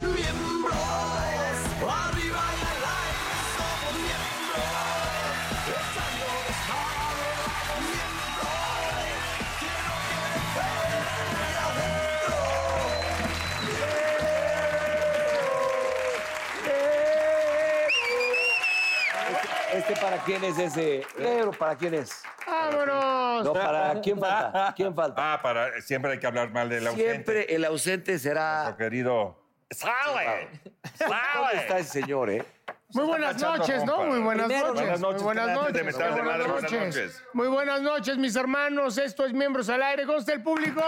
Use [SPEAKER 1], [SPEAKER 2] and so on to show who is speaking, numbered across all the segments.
[SPEAKER 1] Miembros, arriba y al aire somos miembros, echando desmadre, vamos miembros, quiero que me vean adentro.
[SPEAKER 2] ¿Este para quién es ese? Negro, ¿para quién es?
[SPEAKER 3] ¡Vámonos!
[SPEAKER 2] No, ¿para quién falta? ¿Quién falta?
[SPEAKER 4] Ah, para, siempre hay que hablar mal del ausente.
[SPEAKER 2] Siempre el ausente será...
[SPEAKER 4] Nuestro querido. ¡Sale!
[SPEAKER 2] ¿Cómo
[SPEAKER 4] ¡Sale!
[SPEAKER 2] está el señor, eh?
[SPEAKER 3] Muy buenas
[SPEAKER 4] Está cachando,
[SPEAKER 3] noches, ¿no?
[SPEAKER 4] compadre.
[SPEAKER 3] Muy buenas
[SPEAKER 4] Primero,
[SPEAKER 3] noches.
[SPEAKER 4] buenas
[SPEAKER 3] Muy
[SPEAKER 4] noches,
[SPEAKER 3] buenas
[SPEAKER 4] antes de
[SPEAKER 3] noches.
[SPEAKER 4] meterle
[SPEAKER 3] muy buenas
[SPEAKER 4] madre, buenas
[SPEAKER 3] noches.
[SPEAKER 4] noches.
[SPEAKER 3] Muy buenas noches, mis hermanos. Esto es Miembros al Aire. ¿Cómo está el público?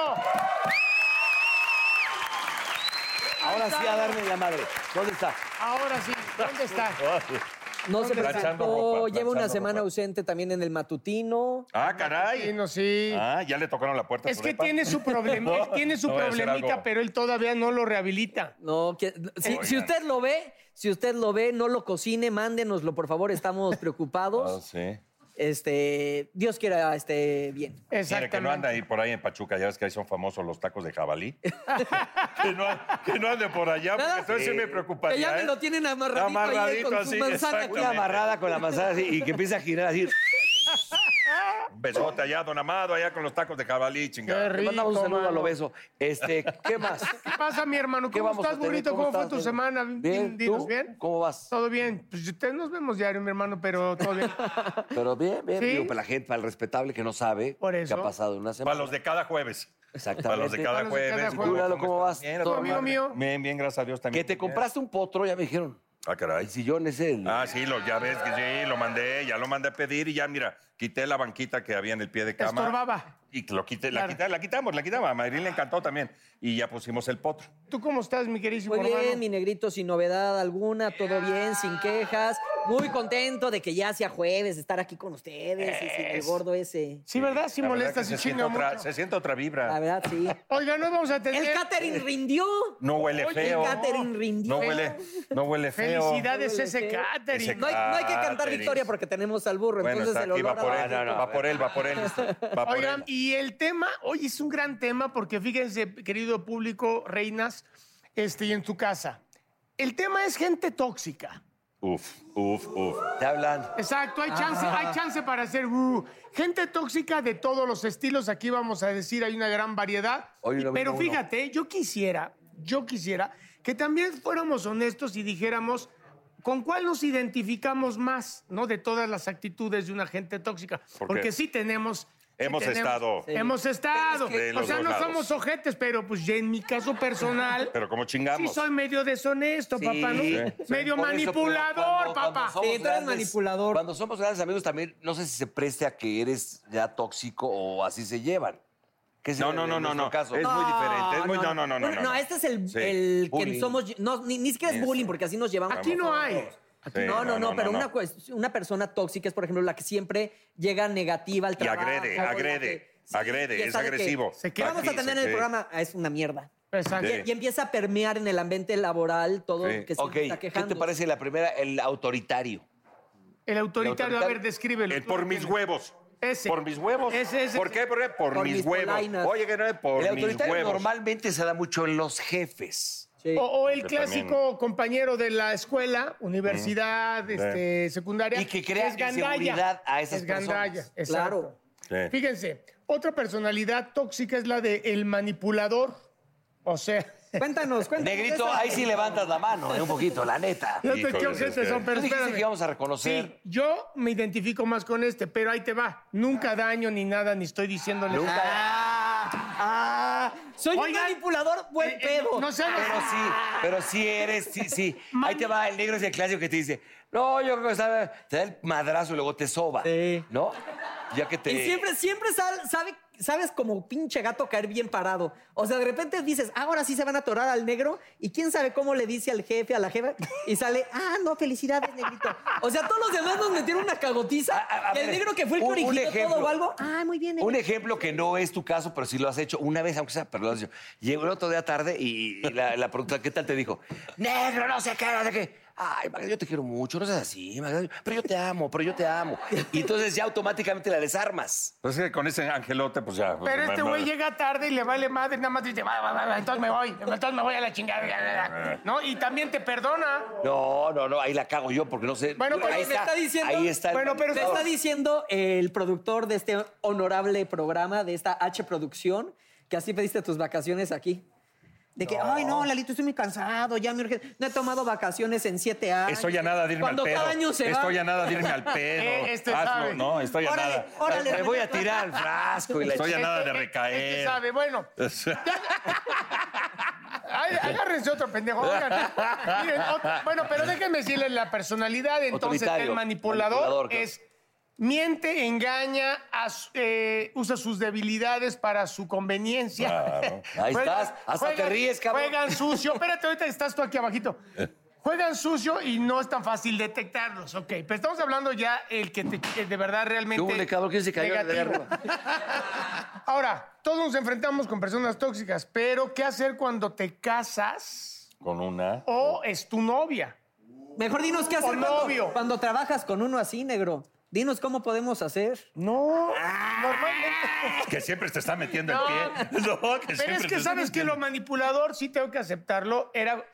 [SPEAKER 2] Ahora sí, a darme la madre. ¿Dónde está?
[SPEAKER 3] Ahora sí, ¿dónde está?
[SPEAKER 5] No se
[SPEAKER 4] Planchando
[SPEAKER 5] presentó,
[SPEAKER 4] ropa,
[SPEAKER 5] Oh, lleva una
[SPEAKER 4] planchando
[SPEAKER 5] semana
[SPEAKER 4] ropa.
[SPEAKER 5] ausente también en el matutino.
[SPEAKER 4] ¡Ah,
[SPEAKER 3] Sí,
[SPEAKER 4] caray!
[SPEAKER 3] no, sí.
[SPEAKER 4] Ah, ya le tocaron la puerta. a
[SPEAKER 3] Es
[SPEAKER 4] su
[SPEAKER 3] que
[SPEAKER 4] depa. Ah,
[SPEAKER 3] tiene su problema,
[SPEAKER 4] No,
[SPEAKER 3] él tiene su
[SPEAKER 4] no voy a hacer
[SPEAKER 3] problemita,
[SPEAKER 4] algo.
[SPEAKER 3] pero él todavía no lo rehabilita.
[SPEAKER 5] No, que- si,
[SPEAKER 4] Oigan.
[SPEAKER 5] si usted lo ve, si usted lo ve, no lo cocine, mándenoslo, por favor, estamos
[SPEAKER 4] Ah,
[SPEAKER 5] preocupados.
[SPEAKER 4] sí.
[SPEAKER 5] Este, Dios quiera esté bien.
[SPEAKER 4] Mire, que no anda ahí por ahí en Pachuca, ya ves que ahí son famosos los tacos de jabalí. que, no, que no ande por allá, porque
[SPEAKER 5] Nada,
[SPEAKER 4] entonces sí me
[SPEAKER 5] Que
[SPEAKER 4] preocuparía.
[SPEAKER 5] ya me
[SPEAKER 4] ¿eh?
[SPEAKER 5] lo tienen amarradito, ahí
[SPEAKER 4] Amarradito,
[SPEAKER 5] con
[SPEAKER 4] así,
[SPEAKER 5] su manzana.
[SPEAKER 4] exactamente.
[SPEAKER 2] Una amarrada con la manzana así y que empieza a girar así.
[SPEAKER 4] Un besote allá, don Amado, allá con los tacos de jabalí,
[SPEAKER 3] Qué
[SPEAKER 4] chingada.
[SPEAKER 2] Le
[SPEAKER 3] rico,
[SPEAKER 2] mandamos un saludo a
[SPEAKER 3] mano.
[SPEAKER 2] lo beso. Este, ¿qué más?
[SPEAKER 3] ¿Qué pasa, mi hermano?
[SPEAKER 2] ¿Qué
[SPEAKER 3] ¿Cómo
[SPEAKER 2] vamos a
[SPEAKER 3] estás,
[SPEAKER 2] tener?
[SPEAKER 3] burrito? ¿Cómo, fue tu
[SPEAKER 2] estás? eh?
[SPEAKER 3] semana?
[SPEAKER 2] Bien,
[SPEAKER 3] Dinos,
[SPEAKER 2] ¿tú?
[SPEAKER 3] ¿bien?
[SPEAKER 2] ¿Cómo vas?
[SPEAKER 3] Todo bien. Pues ustedes nos vemos diario, mi hermano, pero todo bien.
[SPEAKER 2] Pero bien, bien.
[SPEAKER 3] Sí.
[SPEAKER 2] Digo, para la gente, para el respetable que no sabe
[SPEAKER 3] Por
[SPEAKER 2] qué
[SPEAKER 3] eso.
[SPEAKER 2] ha pasado en una semana.
[SPEAKER 4] Para los de cada jueves.
[SPEAKER 2] Exactamente.
[SPEAKER 4] Para los de cada
[SPEAKER 3] Para los de
[SPEAKER 4] jueves.
[SPEAKER 3] cada
[SPEAKER 4] ¿Y
[SPEAKER 3] jueves.
[SPEAKER 4] tú,
[SPEAKER 2] Cuídalo, ¿cómo vas?
[SPEAKER 4] Bien,
[SPEAKER 2] Todo
[SPEAKER 4] bien,
[SPEAKER 3] amigo mío.
[SPEAKER 4] Bien, bien, gracias a Dios también.
[SPEAKER 2] Que te compraste un potro, ya me dijeron.
[SPEAKER 4] Ah, caray.
[SPEAKER 2] El sillón es el...
[SPEAKER 4] Ah, sí, lo, ya ves que sí, lo mandé, ya lo mandé a pedir y ya, mira, quité la banquita que había en el pie de
[SPEAKER 3] Te
[SPEAKER 4] cama.
[SPEAKER 3] estorbaba.
[SPEAKER 4] Y lo quité, la,
[SPEAKER 3] Claro.
[SPEAKER 4] quité- la quitamos, la quitamos. A Mayrín le encantó también. Y ya pusimos el potro.
[SPEAKER 3] ¿Tú cómo estás, mi querísimo
[SPEAKER 5] Muy
[SPEAKER 3] hermano?
[SPEAKER 5] bien, mi negrito, sin novedad alguna, todo bien, sin quejas. Muy contento de que ya sea jueves estar aquí con ustedes y sin el gordo ese.
[SPEAKER 3] Sí, ¿verdad? Sí
[SPEAKER 4] La verdad
[SPEAKER 3] molesta,
[SPEAKER 4] que
[SPEAKER 3] sí
[SPEAKER 4] se siente
[SPEAKER 3] chinga
[SPEAKER 4] otra-
[SPEAKER 3] mucho.
[SPEAKER 4] Se siente
[SPEAKER 5] La
[SPEAKER 4] otra vibra.
[SPEAKER 5] verdad, sí.
[SPEAKER 3] Oiga, no vamos a tener...
[SPEAKER 5] El catering rindió.
[SPEAKER 4] No huele
[SPEAKER 5] Oye,
[SPEAKER 4] feo.
[SPEAKER 5] Catherine rindió.
[SPEAKER 4] No huele, no huele feo.
[SPEAKER 3] Felicidades
[SPEAKER 5] Huele
[SPEAKER 3] ese
[SPEAKER 5] feo.
[SPEAKER 3] catering.
[SPEAKER 4] Ese
[SPEAKER 5] No hay, no hay que cantar
[SPEAKER 4] Catering.
[SPEAKER 5] victoria porque tenemos al burro,
[SPEAKER 4] Ah, Bueno,
[SPEAKER 5] entonces
[SPEAKER 4] está
[SPEAKER 5] el
[SPEAKER 4] aquí, va
[SPEAKER 5] olor
[SPEAKER 4] por
[SPEAKER 5] a
[SPEAKER 4] él, va por él, va por él, listo, va por
[SPEAKER 3] Oigan,
[SPEAKER 4] él.
[SPEAKER 3] y el tema, hoy es un gran tema porque fíjense, querido público, reinas, este, y en tu casa. El tema es gente tóxica.
[SPEAKER 4] Uf, uf, uf.
[SPEAKER 2] Te hablan.
[SPEAKER 3] Exacto, hay chance, hay chance para hacer uh, gente tóxica de todos los estilos. Aquí vamos a decir, hay una gran variedad.
[SPEAKER 2] Hoy
[SPEAKER 3] Y-
[SPEAKER 2] lo
[SPEAKER 3] pero
[SPEAKER 2] vino uno.
[SPEAKER 3] fíjate, yo quisiera, yo quisiera que también fuéramos honestos y dijéramos con cuál nos identificamos más, ¿no? De todas las actitudes de una gente tóxica.
[SPEAKER 4] ¿Por qué?
[SPEAKER 3] Porque sí tenemos. sí
[SPEAKER 4] Hemos estado. Sí.
[SPEAKER 3] Hemos estado.
[SPEAKER 4] De
[SPEAKER 3] O
[SPEAKER 4] los
[SPEAKER 3] sea,
[SPEAKER 4] dos
[SPEAKER 3] no
[SPEAKER 4] lados.
[SPEAKER 3] somos ojetes, pero pues ya en mi caso personal.
[SPEAKER 4] Pero como
[SPEAKER 3] Sí
[SPEAKER 4] chingamos.
[SPEAKER 3] soy medio deshonesto, papá, ¿no?
[SPEAKER 2] Sí.
[SPEAKER 3] Medio
[SPEAKER 2] Por eso, pero
[SPEAKER 3] manipulador,
[SPEAKER 2] cuando- cuando
[SPEAKER 3] papá.
[SPEAKER 2] somos
[SPEAKER 5] Sí, tú eres manipulador.
[SPEAKER 2] Cuando somos grandes amigos también, no sé si se preste a que eres ya tóxico o así se llevan. ¿Qué se
[SPEAKER 4] No,
[SPEAKER 2] ve
[SPEAKER 4] no,
[SPEAKER 2] en
[SPEAKER 4] no, no,
[SPEAKER 2] nuestro
[SPEAKER 4] no.
[SPEAKER 2] Caso?
[SPEAKER 4] Es muy
[SPEAKER 5] Ah,
[SPEAKER 4] diferente. Es muy, no, no, no, no.
[SPEAKER 5] Bueno, este es el,
[SPEAKER 4] Sí.
[SPEAKER 5] el que
[SPEAKER 2] Bullying.
[SPEAKER 5] somos. No, ni, ni siquiera es bullying, porque así nos llevamos.
[SPEAKER 3] Aquí no hay.
[SPEAKER 5] Aquí-
[SPEAKER 4] Sí,
[SPEAKER 5] no, no, no, pero
[SPEAKER 4] no.
[SPEAKER 5] Una, cues- una persona tóxica es, por ejemplo, la que siempre llega negativa al
[SPEAKER 4] Y
[SPEAKER 5] trabajo.
[SPEAKER 4] agrede,
[SPEAKER 5] o la
[SPEAKER 4] agrede,
[SPEAKER 5] que- sí,
[SPEAKER 4] agrede, es
[SPEAKER 5] piensa de que
[SPEAKER 4] agresivo.
[SPEAKER 3] Se queda-
[SPEAKER 5] Vamos a
[SPEAKER 4] Aquí se
[SPEAKER 5] tener en el
[SPEAKER 4] cree.
[SPEAKER 5] programa, ah, es una mierda.
[SPEAKER 2] Pues,
[SPEAKER 3] Exacto.
[SPEAKER 4] Sí.
[SPEAKER 5] Y empieza a permear en el ambiente laboral todo
[SPEAKER 4] Sí.
[SPEAKER 5] lo que se
[SPEAKER 2] Ok,
[SPEAKER 5] está
[SPEAKER 2] ¿qué
[SPEAKER 5] quejando.
[SPEAKER 2] te parece la primera, el autoritario?
[SPEAKER 3] El autoritario,
[SPEAKER 2] El autoritario.
[SPEAKER 3] a ver, descríbelo.
[SPEAKER 4] El Eh, por mis huevos.
[SPEAKER 3] Ese.
[SPEAKER 4] Por mis huevos.
[SPEAKER 3] Ese, ese.
[SPEAKER 4] ¿Por qué? Por, por
[SPEAKER 5] Por
[SPEAKER 4] mis,
[SPEAKER 5] mis
[SPEAKER 4] huevos.
[SPEAKER 5] polainas.
[SPEAKER 4] Oye, que no es por
[SPEAKER 2] el
[SPEAKER 4] mis
[SPEAKER 2] autoritario
[SPEAKER 4] huevos.
[SPEAKER 2] normalmente se da mucho en los jefes.
[SPEAKER 5] Sí.
[SPEAKER 3] O, o el
[SPEAKER 4] Porque también-
[SPEAKER 3] clásico compañero de la escuela, universidad, este, secundaria.
[SPEAKER 2] Y que crea
[SPEAKER 3] es gandalla.
[SPEAKER 2] inseguridad a esas
[SPEAKER 3] Es gandalla,
[SPEAKER 2] personas.
[SPEAKER 3] exacto.
[SPEAKER 5] Claro.
[SPEAKER 4] Sí.
[SPEAKER 3] Fíjense, otra personalidad tóxica es la de el manipulador. O sea,
[SPEAKER 5] Cuéntanos, cuéntanos.
[SPEAKER 2] Negrito,
[SPEAKER 5] eso.
[SPEAKER 2] ahí sí levantas la mano, eh, un poquito, la neta.
[SPEAKER 3] No te
[SPEAKER 4] Híjole,
[SPEAKER 3] quiero
[SPEAKER 4] es
[SPEAKER 3] ser
[SPEAKER 4] que-
[SPEAKER 3] tesón, pero
[SPEAKER 2] Tú dijiste que
[SPEAKER 3] espérame.
[SPEAKER 2] íbamos a reconocer.
[SPEAKER 3] Sí, yo me identifico más con este, pero ahí te va. Nunca daño ni nada, ni estoy diciéndole.
[SPEAKER 5] Ah, ah, soy
[SPEAKER 3] Oigan,
[SPEAKER 5] un manipulador buen
[SPEAKER 3] eh, eh,
[SPEAKER 5] pedo.
[SPEAKER 3] no sean-
[SPEAKER 2] Pero sí, pero sí eres, sí, sí.
[SPEAKER 3] Man-
[SPEAKER 2] Ahí te va, el negro es el clásico que te dice, no, yo creo que sabe", te da el madrazo y luego te soba.
[SPEAKER 5] Sí.
[SPEAKER 2] ¿No? Ya que te.
[SPEAKER 5] Y siempre, siempre sal- sabe, sabes como pinche gato caer bien parado. O sea, de repente dices, "Ah, ahora sí se van a atorar al negro y quién sabe cómo le dice al jefe, a la jefa, y sale, ah, no, felicidades, negrito. O sea, todos los demás nos metieron una cagotiza.
[SPEAKER 2] A- a- a
[SPEAKER 5] que el
[SPEAKER 2] ver,
[SPEAKER 5] negro que fue el que
[SPEAKER 2] un- un
[SPEAKER 5] originó todo
[SPEAKER 2] ejemplo.
[SPEAKER 5] o algo, ah, muy bien,
[SPEAKER 2] Un
[SPEAKER 5] negrito.
[SPEAKER 2] ejemplo que no es tu caso, pero sí lo has hecho una vez, aunque sea, pero lo has hecho. Llegó el otro día tarde y, y la, la productora, ¿qué tal te dijo? Negro, no sé qué, no sé qué. Ay, Magda, yo te quiero mucho, no seas así, Magda, pero yo te amo, pero yo te amo. Y entonces ya automáticamente la desarmas.
[SPEAKER 4] Pues es que con ese angelote, pues ya.
[SPEAKER 3] Pero
[SPEAKER 4] pues,
[SPEAKER 3] este
[SPEAKER 4] me-
[SPEAKER 3] güey
[SPEAKER 4] me-
[SPEAKER 3] llega tarde y le vale madre, nada más dice, va, va, va, va, entonces me voy, entonces me voy a la
[SPEAKER 4] Eh.
[SPEAKER 3] chingada. ¿No? Y también te perdona.
[SPEAKER 2] No, no, no, ahí la cago yo porque no sé.
[SPEAKER 3] Bueno, pero
[SPEAKER 2] ahí
[SPEAKER 5] me está diciendo-
[SPEAKER 2] Ahí está. el-
[SPEAKER 3] Bueno, pero
[SPEAKER 5] Te está diciendo el productor de este honorable programa, de esta H Producción, que así pediste tus vacaciones aquí. De que, ay, no, Lalito, estoy muy cansado, ya me urge. No he tomado vacaciones en siete años.
[SPEAKER 4] Estoy a nada de irme
[SPEAKER 5] Cuando
[SPEAKER 4] al pedo.
[SPEAKER 5] cada año se va.
[SPEAKER 4] estoy a nada de irme al pedo.
[SPEAKER 3] Eh, este
[SPEAKER 4] Hazlo.
[SPEAKER 3] sabe.
[SPEAKER 4] No, estoy a
[SPEAKER 5] Órale,
[SPEAKER 4] nada.
[SPEAKER 5] órale.
[SPEAKER 2] Me voy a tirar al frasco y la
[SPEAKER 4] Estoy a nada de
[SPEAKER 3] Este- este
[SPEAKER 4] recaer.
[SPEAKER 3] sabe, bueno. Ay, Agárrense otro pendejo. oigan. Miren, ot- bueno, pero déjenme decirles la personalidad entonces
[SPEAKER 2] Autoritario,
[SPEAKER 3] del manipulador,
[SPEAKER 2] manipulador, claro.
[SPEAKER 3] es miente, engaña, as- eh, usa sus debilidades para su conveniencia.
[SPEAKER 4] Claro.
[SPEAKER 2] Ahí
[SPEAKER 3] Juegan-
[SPEAKER 2] estás. Hasta
[SPEAKER 3] juegan-
[SPEAKER 2] te ríes, cabrón.
[SPEAKER 3] Juegan sucio. Espérate, ahorita estás tú aquí abajito. Juegan sucio y no es tan fácil detectarlos, ok. Pero estamos hablando ya el que, te- que de verdad realmente...
[SPEAKER 2] ¿Qué hubo de cabrón? ¿Quién se cayó de allá
[SPEAKER 3] negativo. Ahora, todos nos enfrentamos con personas tóxicas, pero ¿qué hacer cuando te casas
[SPEAKER 4] Con una.
[SPEAKER 3] o es tu novia?
[SPEAKER 5] Mejor dinos qué hacer
[SPEAKER 3] O
[SPEAKER 5] cuando,
[SPEAKER 3] novio.
[SPEAKER 5] cuando trabajas con uno así, negro. Dinos cómo podemos hacer.
[SPEAKER 3] No, normalmente...
[SPEAKER 2] Ah,
[SPEAKER 4] Que siempre te está metiendo el
[SPEAKER 3] No.
[SPEAKER 4] pie. No, que
[SPEAKER 3] Pero
[SPEAKER 4] siempre
[SPEAKER 3] es
[SPEAKER 4] te
[SPEAKER 3] que
[SPEAKER 4] está
[SPEAKER 3] sabes que
[SPEAKER 4] metiendo-
[SPEAKER 3] lo manipulador, sí tengo que aceptarlo, era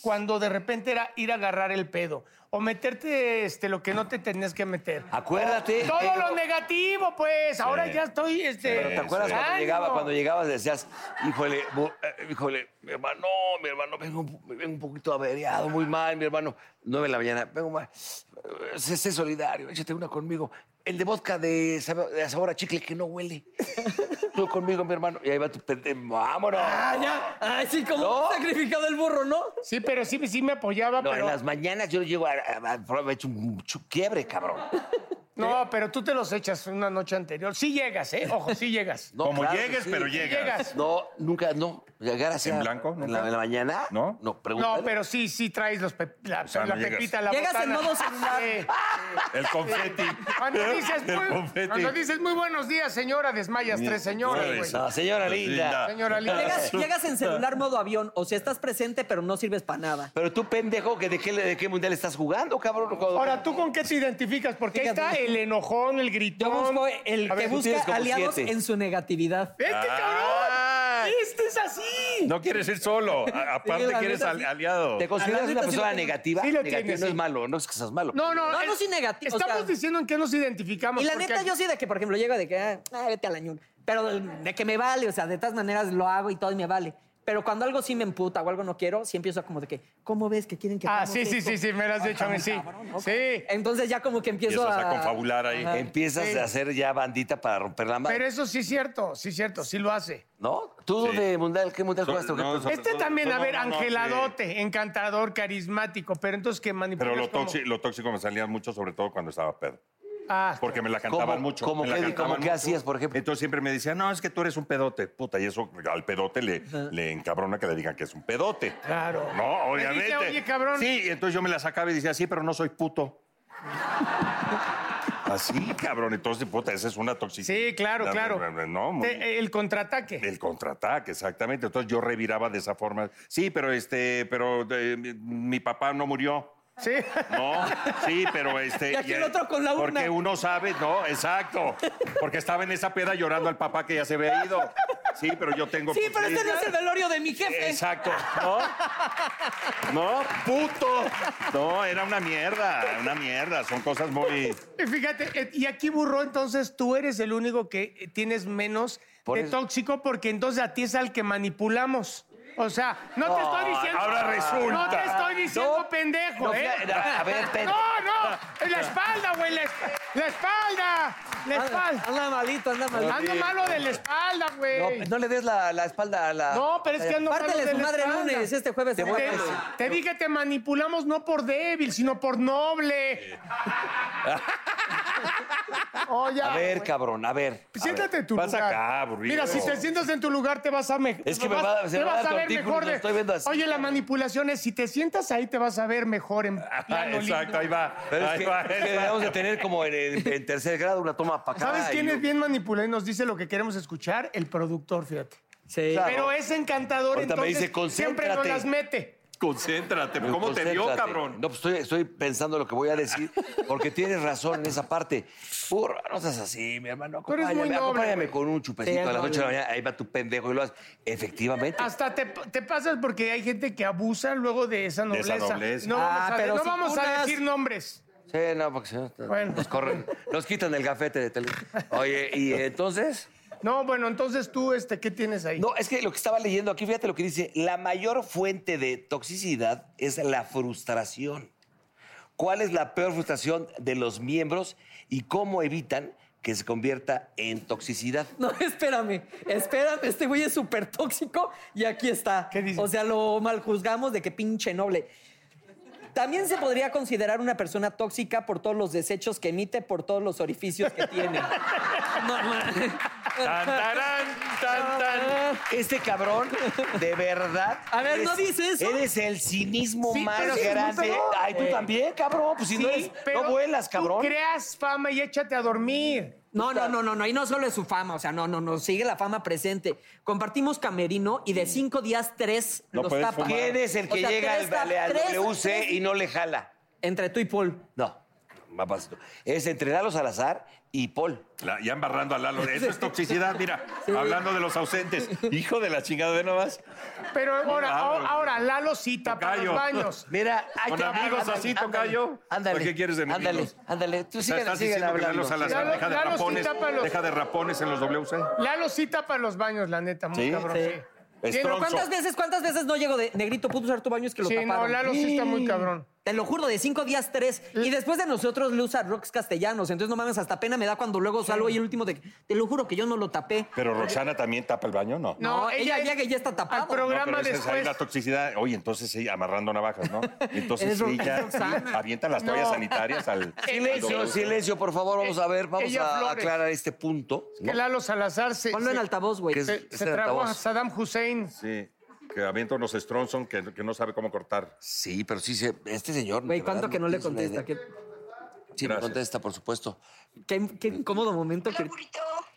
[SPEAKER 3] cuando de repente era ir a agarrar el pedo o meterte este, lo que no te tenías que meter.
[SPEAKER 2] Acuérdate.
[SPEAKER 3] Todo
[SPEAKER 2] negro,
[SPEAKER 3] lo negativo, pues. Ahora ya estoy. Este,
[SPEAKER 2] Pero ¿te acuerdas cuando
[SPEAKER 3] sano?
[SPEAKER 2] llegaba, cuando llegabas decías, híjole, bu- eh, híjole, mi hermano, mi hermano, vengo, un- vengo un poquito averiado, muy mal, mi hermano, nueve de la mañana, vengo mal, eh, sé, sé solidario, échate una conmigo, el de vodka de, sab- de sabor a chicle que no huele, tú conmigo, mi hermano, y ahí va tu pende- vámonos.
[SPEAKER 5] Ah, ya. Ay, sí, como
[SPEAKER 2] No.
[SPEAKER 5] sacrificado el burro, ¿no?
[SPEAKER 3] Sí, pero sí, sí me apoyaba,
[SPEAKER 2] No, en
[SPEAKER 3] pero.
[SPEAKER 2] las mañanas yo llego a, a- a- aprovecho un chu- quiebre, cabrón.
[SPEAKER 3] No, pero tú te los echas una noche anterior. Sí llegas, ¿eh? Ojo, sí llegas.
[SPEAKER 2] No,
[SPEAKER 4] Como
[SPEAKER 2] claro que
[SPEAKER 4] llegues,
[SPEAKER 2] sí.
[SPEAKER 4] pero llegas.
[SPEAKER 3] llegas.
[SPEAKER 2] No, nunca, no. Llegar así
[SPEAKER 4] ¿En
[SPEAKER 2] a-
[SPEAKER 4] blanco?
[SPEAKER 2] En la,
[SPEAKER 4] ¿Nunca?
[SPEAKER 2] en la mañana.
[SPEAKER 4] ¿No?
[SPEAKER 2] No, pregúntale.
[SPEAKER 3] No, pero sí, sí traes los pep- la,
[SPEAKER 4] sea,
[SPEAKER 3] la
[SPEAKER 4] no llegas.
[SPEAKER 3] pepita, la
[SPEAKER 5] Llegas en
[SPEAKER 3] botana.
[SPEAKER 5] modo celular.
[SPEAKER 3] Sí.
[SPEAKER 4] El confeti.
[SPEAKER 3] Cuando dices,
[SPEAKER 4] El
[SPEAKER 3] muy,
[SPEAKER 4] confeti.
[SPEAKER 3] cuando dices muy buenos días, señora, desmayas tres señoras,
[SPEAKER 4] Tres.
[SPEAKER 3] güey.
[SPEAKER 2] No, señora linda.
[SPEAKER 3] Señora Lina.
[SPEAKER 5] Llegas, llegas en celular modo avión, o sea, estás presente, pero no sirves para nada.
[SPEAKER 2] Pero tú, pendejo, que de, qué, ¿de qué mundial estás jugando, cabrón? Cuando-
[SPEAKER 3] Ahora, ¿tú con qué te identificas? Porque ahí está
[SPEAKER 5] Fíjate.
[SPEAKER 3] el enojón, el
[SPEAKER 5] Yo
[SPEAKER 3] gritón.
[SPEAKER 5] busco el
[SPEAKER 3] A
[SPEAKER 5] que
[SPEAKER 3] ver,
[SPEAKER 2] tú
[SPEAKER 5] busca
[SPEAKER 2] tienes como
[SPEAKER 5] aliados
[SPEAKER 2] siete.
[SPEAKER 5] en su negatividad.
[SPEAKER 3] ¡Este
[SPEAKER 4] Ay.
[SPEAKER 3] cabrón! ¡Este es así!
[SPEAKER 4] No quieres ir solo. A- aparte,
[SPEAKER 5] la
[SPEAKER 4] quieres
[SPEAKER 5] neta,
[SPEAKER 4] al-
[SPEAKER 5] sí.
[SPEAKER 4] aliado.
[SPEAKER 2] ¿Te consideras
[SPEAKER 5] neta
[SPEAKER 2] una
[SPEAKER 5] sí
[SPEAKER 2] persona
[SPEAKER 5] lo tengo.
[SPEAKER 2] negativa?
[SPEAKER 3] Sí lo
[SPEAKER 2] Negativa
[SPEAKER 3] tienes,
[SPEAKER 2] no
[SPEAKER 3] sí.
[SPEAKER 2] es malo, no es que seas malo.
[SPEAKER 3] No, no.
[SPEAKER 5] No,
[SPEAKER 3] es-
[SPEAKER 5] no soy negativo, o
[SPEAKER 3] Estamos
[SPEAKER 5] sea-
[SPEAKER 3] diciendo en qué nos identificamos.
[SPEAKER 5] Y la
[SPEAKER 3] porque-
[SPEAKER 5] neta, yo sí de que, por ejemplo, llego de que, ah, ah, vete a la ñun. Pero de que me vale, o sea, de todas maneras lo hago y todo y me vale. Pero cuando algo sí me emputa o algo no quiero, sí empiezo como de que, ¿cómo ves que quieren que
[SPEAKER 3] Ah,
[SPEAKER 5] hagamos
[SPEAKER 3] sí, sí,
[SPEAKER 5] esto?
[SPEAKER 3] sí, sí, me lo has
[SPEAKER 5] Ah,
[SPEAKER 3] dicho a mí,
[SPEAKER 5] cabrón,
[SPEAKER 3] sí.
[SPEAKER 5] cabrón, ok.
[SPEAKER 3] Sí.
[SPEAKER 5] Entonces ya como que empiezo
[SPEAKER 4] Empiezas a
[SPEAKER 5] a...
[SPEAKER 4] confabular ahí.
[SPEAKER 5] Ajá.
[SPEAKER 2] Empiezas
[SPEAKER 3] Sí.
[SPEAKER 2] a hacer ya bandita para romper la madre.
[SPEAKER 3] Pero eso sí es cierto, sí es cierto, sí lo hace.
[SPEAKER 2] ¿No? ¿Tú
[SPEAKER 4] Sí.
[SPEAKER 2] de mundial, qué mundial
[SPEAKER 4] So-
[SPEAKER 2] jugaste? o qué
[SPEAKER 4] no,
[SPEAKER 2] cosa?
[SPEAKER 4] so-
[SPEAKER 3] Este
[SPEAKER 4] no,
[SPEAKER 3] también,
[SPEAKER 4] no,
[SPEAKER 3] a ver,
[SPEAKER 4] no, no,
[SPEAKER 3] angeladote, encantador, carismático, pero entonces que manipula.
[SPEAKER 4] Pero lo, tóxi- lo tóxico me salía mucho, sobre todo cuando estaba pedo.
[SPEAKER 3] Ah,
[SPEAKER 4] Porque me la cantaban
[SPEAKER 2] ¿Cómo-
[SPEAKER 4] mucho.
[SPEAKER 2] cómo
[SPEAKER 4] me la
[SPEAKER 2] qué-
[SPEAKER 4] cantaban
[SPEAKER 2] cómo qué hacías, por ejemplo?
[SPEAKER 4] Entonces siempre me decían, no, es que tú eres un pedote, puta. Y eso al pedote le, le encabrona que le digan que es un pedote.
[SPEAKER 3] Claro.
[SPEAKER 4] No,
[SPEAKER 3] Me dice,
[SPEAKER 4] obviamente.
[SPEAKER 3] "Oye, cabrón".
[SPEAKER 4] Sí, y entonces yo me la sacaba y decía, sí, pero no soy puto. Así, cabrón. Entonces, puta, esa es una toxicidad.
[SPEAKER 3] Sí, claro, claro.
[SPEAKER 4] No, muy-
[SPEAKER 3] Te- el contraataque.
[SPEAKER 4] el contraataque, exactamente. Entonces yo reviraba de esa forma. Sí, pero este, pero eh, mi- mi papá no murió.
[SPEAKER 3] Sí.
[SPEAKER 4] No, sí, pero este.
[SPEAKER 5] Y aquí el otro con la urna.
[SPEAKER 4] Porque uno sabe, no, exacto. Porque estaba en esa peda llorando al papá que ya se había ido. Sí, pero yo tengo.
[SPEAKER 5] Sí,
[SPEAKER 4] pues,
[SPEAKER 5] pero este no es el velorio de mi jefe.
[SPEAKER 4] Exacto, ¿no? No, puto. No, era una mierda, una mierda. Son cosas muy.
[SPEAKER 3] Y Fíjate, eh, y aquí burro, entonces tú eres el único que eh, tienes menos
[SPEAKER 2] Por
[SPEAKER 3] de
[SPEAKER 2] eso.
[SPEAKER 3] tóxico porque entonces a ti es al que manipulamos. O sea, no te estoy diciendo.
[SPEAKER 4] ahora resulta.
[SPEAKER 3] No te estoy diciendo
[SPEAKER 2] No,
[SPEAKER 3] pendejo,
[SPEAKER 2] no,
[SPEAKER 3] ¿eh?
[SPEAKER 2] fíjate, a ver, espérate.
[SPEAKER 3] No, no. En la espalda, güey. La, esp- la espalda. La
[SPEAKER 5] Anda,
[SPEAKER 3] espalda.
[SPEAKER 5] anda malito, anda malito.
[SPEAKER 3] Ando malo de la espalda, güey.
[SPEAKER 2] No, no le des la, la espalda a la.
[SPEAKER 3] No, pero es que ando malo
[SPEAKER 5] Pártele
[SPEAKER 3] de
[SPEAKER 5] su
[SPEAKER 3] la
[SPEAKER 5] madre el
[SPEAKER 3] espalda.
[SPEAKER 5] lunes, este jueves.
[SPEAKER 2] Te
[SPEAKER 5] se
[SPEAKER 2] voy
[SPEAKER 3] Te,
[SPEAKER 2] a
[SPEAKER 5] va.
[SPEAKER 2] decir.
[SPEAKER 3] te dije que manipulamos no por débil, sino por noble. Oh, Oye.
[SPEAKER 2] A ver, cabrón, a ver. a
[SPEAKER 3] Siéntate
[SPEAKER 2] ver.
[SPEAKER 3] en tu
[SPEAKER 4] Vas
[SPEAKER 3] lugar.
[SPEAKER 4] acá, aburrido.
[SPEAKER 3] Mira, si te sientas en tu lugar, te vas a mejor.
[SPEAKER 2] Es que me va- se me va a dar tortícolis, lo estoy viendo así.
[SPEAKER 3] Oye, la manipulación es: si te sientas ahí, te vas a ver mejor en
[SPEAKER 4] Ah,
[SPEAKER 3] plano
[SPEAKER 4] exacto,
[SPEAKER 3] lindo.
[SPEAKER 4] ahí va.
[SPEAKER 2] Pero es
[SPEAKER 4] ahí
[SPEAKER 2] que,
[SPEAKER 4] va,
[SPEAKER 2] es que
[SPEAKER 4] ahí va.
[SPEAKER 2] deberíamos de tener como en, en- en tercer grado una toma para acá.
[SPEAKER 3] ¿Sabes
[SPEAKER 2] y-
[SPEAKER 3] quién es bien manipulador y nos dice lo que queremos escuchar? El productor, fíjate.
[SPEAKER 5] Sí.
[SPEAKER 2] Claro.
[SPEAKER 3] Pero es encantador,
[SPEAKER 2] Ahorita me
[SPEAKER 3] entonces
[SPEAKER 2] dice,
[SPEAKER 3] siempre no
[SPEAKER 2] "Concéntrate".
[SPEAKER 3] las mete.
[SPEAKER 4] Concéntrate,
[SPEAKER 2] Pero
[SPEAKER 4] ¿cómo te dio,
[SPEAKER 2] concéntrate.
[SPEAKER 4] cabrón?
[SPEAKER 2] No, pues estoy, estoy pensando lo que voy a decir, porque tienes razón en esa parte. Porra, no seas así, mi hermano.
[SPEAKER 3] Tú eres muy
[SPEAKER 2] Acompáñame,
[SPEAKER 3] noble,
[SPEAKER 2] acompáñame
[SPEAKER 3] güey.
[SPEAKER 2] con un
[SPEAKER 5] Sí,
[SPEAKER 2] chupecito
[SPEAKER 5] es
[SPEAKER 2] a las 8 de la
[SPEAKER 5] noble.
[SPEAKER 2] mañana, ahí va tu pendejo y lo haces. Efectivamente.
[SPEAKER 3] Hasta te, te pasas porque hay gente que abusa luego de esa
[SPEAKER 4] De esa
[SPEAKER 3] nobleza.
[SPEAKER 4] nobleza.
[SPEAKER 3] No vamos,
[SPEAKER 5] Ah,
[SPEAKER 3] a,
[SPEAKER 5] pero
[SPEAKER 3] no
[SPEAKER 5] si
[SPEAKER 3] vamos
[SPEAKER 5] tú
[SPEAKER 3] a
[SPEAKER 5] das-
[SPEAKER 3] decir nombres.
[SPEAKER 2] Sí, no, porque si no,
[SPEAKER 3] Bueno.
[SPEAKER 2] nos corren, nos quitan el gafete de tele. Oye, ¿y entonces?
[SPEAKER 3] No, bueno, entonces tú, este, ¿qué tienes ahí?
[SPEAKER 2] No, es que lo que estaba leyendo aquí, fíjate lo que dice, la mayor fuente de toxicidad es la frustración. ¿Cuál es la peor frustración de los miembros y cómo evitan que se convierta en toxicidad?
[SPEAKER 5] No, espérame, espérame, este güey es súper tóxico y aquí está.
[SPEAKER 3] ¿Qué dice?
[SPEAKER 5] O sea, lo mal juzgamos de que pinche noble. También se podría considerar una persona tóxica por todos los desechos que emite, por todos los orificios que tiene. No, man.
[SPEAKER 4] Tan, tarán, tan, tan.
[SPEAKER 2] Este cabrón, de verdad.
[SPEAKER 5] A ver, ¿no dice eso?
[SPEAKER 2] Eres el cinismo
[SPEAKER 3] Sí,
[SPEAKER 2] más
[SPEAKER 3] pero es
[SPEAKER 2] grande.
[SPEAKER 3] frustrado.
[SPEAKER 2] Ay, tú también, cabrón. Pues si no eres, no vuelas, cabrón.
[SPEAKER 3] Tú creas fama y échate a dormir.
[SPEAKER 5] No, no, no, no, no. Y no solo es su fama, o sea, no, no, no. Sigue la fama presente. Compartimos camerino y de cinco días, tres
[SPEAKER 4] No
[SPEAKER 5] los
[SPEAKER 4] puedes
[SPEAKER 5] tapa.
[SPEAKER 4] fumar.
[SPEAKER 2] ¿Quién es el
[SPEAKER 5] O
[SPEAKER 2] que
[SPEAKER 5] sea,
[SPEAKER 2] llega
[SPEAKER 5] tres
[SPEAKER 2] al,
[SPEAKER 5] tap-
[SPEAKER 2] al- al
[SPEAKER 5] tres-
[SPEAKER 2] WC
[SPEAKER 5] tres-
[SPEAKER 2] y no le jala?
[SPEAKER 5] Entre tú y Paul.
[SPEAKER 2] No, papacito. Es entrenarlos al azar y Paul.
[SPEAKER 4] La- ya embarrando a Lalo. Eso es toxicidad, mira. Hablando de los ausentes. Hijo de la chingada, ve nomás.
[SPEAKER 3] Pero ahora,
[SPEAKER 2] ah,
[SPEAKER 4] Claro.
[SPEAKER 3] ahora, ahora, Lalo cita para los
[SPEAKER 4] Tocayo.
[SPEAKER 3] baños.
[SPEAKER 2] Mira, hay
[SPEAKER 4] Con amigos así, tocayo.
[SPEAKER 2] Ándale.
[SPEAKER 4] ¿O qué quieres de enemigos?
[SPEAKER 2] Ándale, ándale. Tú
[SPEAKER 4] O sea,
[SPEAKER 2] sigue,
[SPEAKER 4] estás
[SPEAKER 2] sigue
[SPEAKER 4] diciendo que
[SPEAKER 2] hablando.
[SPEAKER 4] Lalo Salazar
[SPEAKER 3] Lalo-
[SPEAKER 4] deja de
[SPEAKER 3] Lalo sí
[SPEAKER 4] rapones.
[SPEAKER 3] tapa los-
[SPEAKER 4] Deja de rapones en los WC.
[SPEAKER 3] Lalo cita para los baños, la neta, muy
[SPEAKER 4] Sí.
[SPEAKER 3] cabrón.
[SPEAKER 4] Sí.
[SPEAKER 3] Sí.
[SPEAKER 4] Es
[SPEAKER 3] Sí, no,
[SPEAKER 4] tronzo.
[SPEAKER 5] ¿Cuántas veces, cuántas veces no llego de negrito? ¿Puedo usar tu baño? Es que lo
[SPEAKER 3] Sí, no,
[SPEAKER 5] taparon.
[SPEAKER 3] Lalo sí está muy cabrón.
[SPEAKER 5] Te lo juro, de cinco días, tres. Y después de nosotros le usa Rox Castellanos. Entonces, no mames, hasta pena me da cuando luego salgo y el último de... Te lo juro que yo no lo tapé.
[SPEAKER 4] Pero Roxana también tapa el baño, ¿no?
[SPEAKER 5] No, ella llega y ya está tapada.
[SPEAKER 3] Al
[SPEAKER 4] No, pero
[SPEAKER 3] programa
[SPEAKER 4] esa es ahí
[SPEAKER 3] después.
[SPEAKER 4] la toxicidad. Oye, entonces sí, amarrando navajas, ¿no? Entonces
[SPEAKER 5] Es Ro-
[SPEAKER 4] sí, ya
[SPEAKER 5] es
[SPEAKER 4] sí,
[SPEAKER 5] Roxana.
[SPEAKER 4] avienta las toallas sanitarias al.
[SPEAKER 2] Silencio, silencio, por favor. Vamos a ver,
[SPEAKER 4] Eh,
[SPEAKER 2] vamos
[SPEAKER 3] Ella
[SPEAKER 2] a
[SPEAKER 3] Flores.
[SPEAKER 2] aclarar este punto.
[SPEAKER 3] Que Lalo Salazar se,
[SPEAKER 5] Ponlo
[SPEAKER 3] se-
[SPEAKER 5] en altavoz, güey.
[SPEAKER 2] ¿Qué es?
[SPEAKER 3] se-
[SPEAKER 2] Este
[SPEAKER 3] se tragó a
[SPEAKER 2] altavoz.
[SPEAKER 3] Saddam Hussein.
[SPEAKER 4] Sí, que avienta unos Stronson que, que no sabe cómo cortar.
[SPEAKER 2] Sí, pero sí, se, este señor.
[SPEAKER 5] Güey,
[SPEAKER 2] de
[SPEAKER 5] ¿cuánto
[SPEAKER 2] verdad,
[SPEAKER 5] que no le
[SPEAKER 2] tienes una
[SPEAKER 5] contesta?
[SPEAKER 2] idea.
[SPEAKER 5] Qué,
[SPEAKER 2] Sí, me
[SPEAKER 4] Gracias.
[SPEAKER 2] contesta, por supuesto.
[SPEAKER 5] qué- qué incómodo momento. que-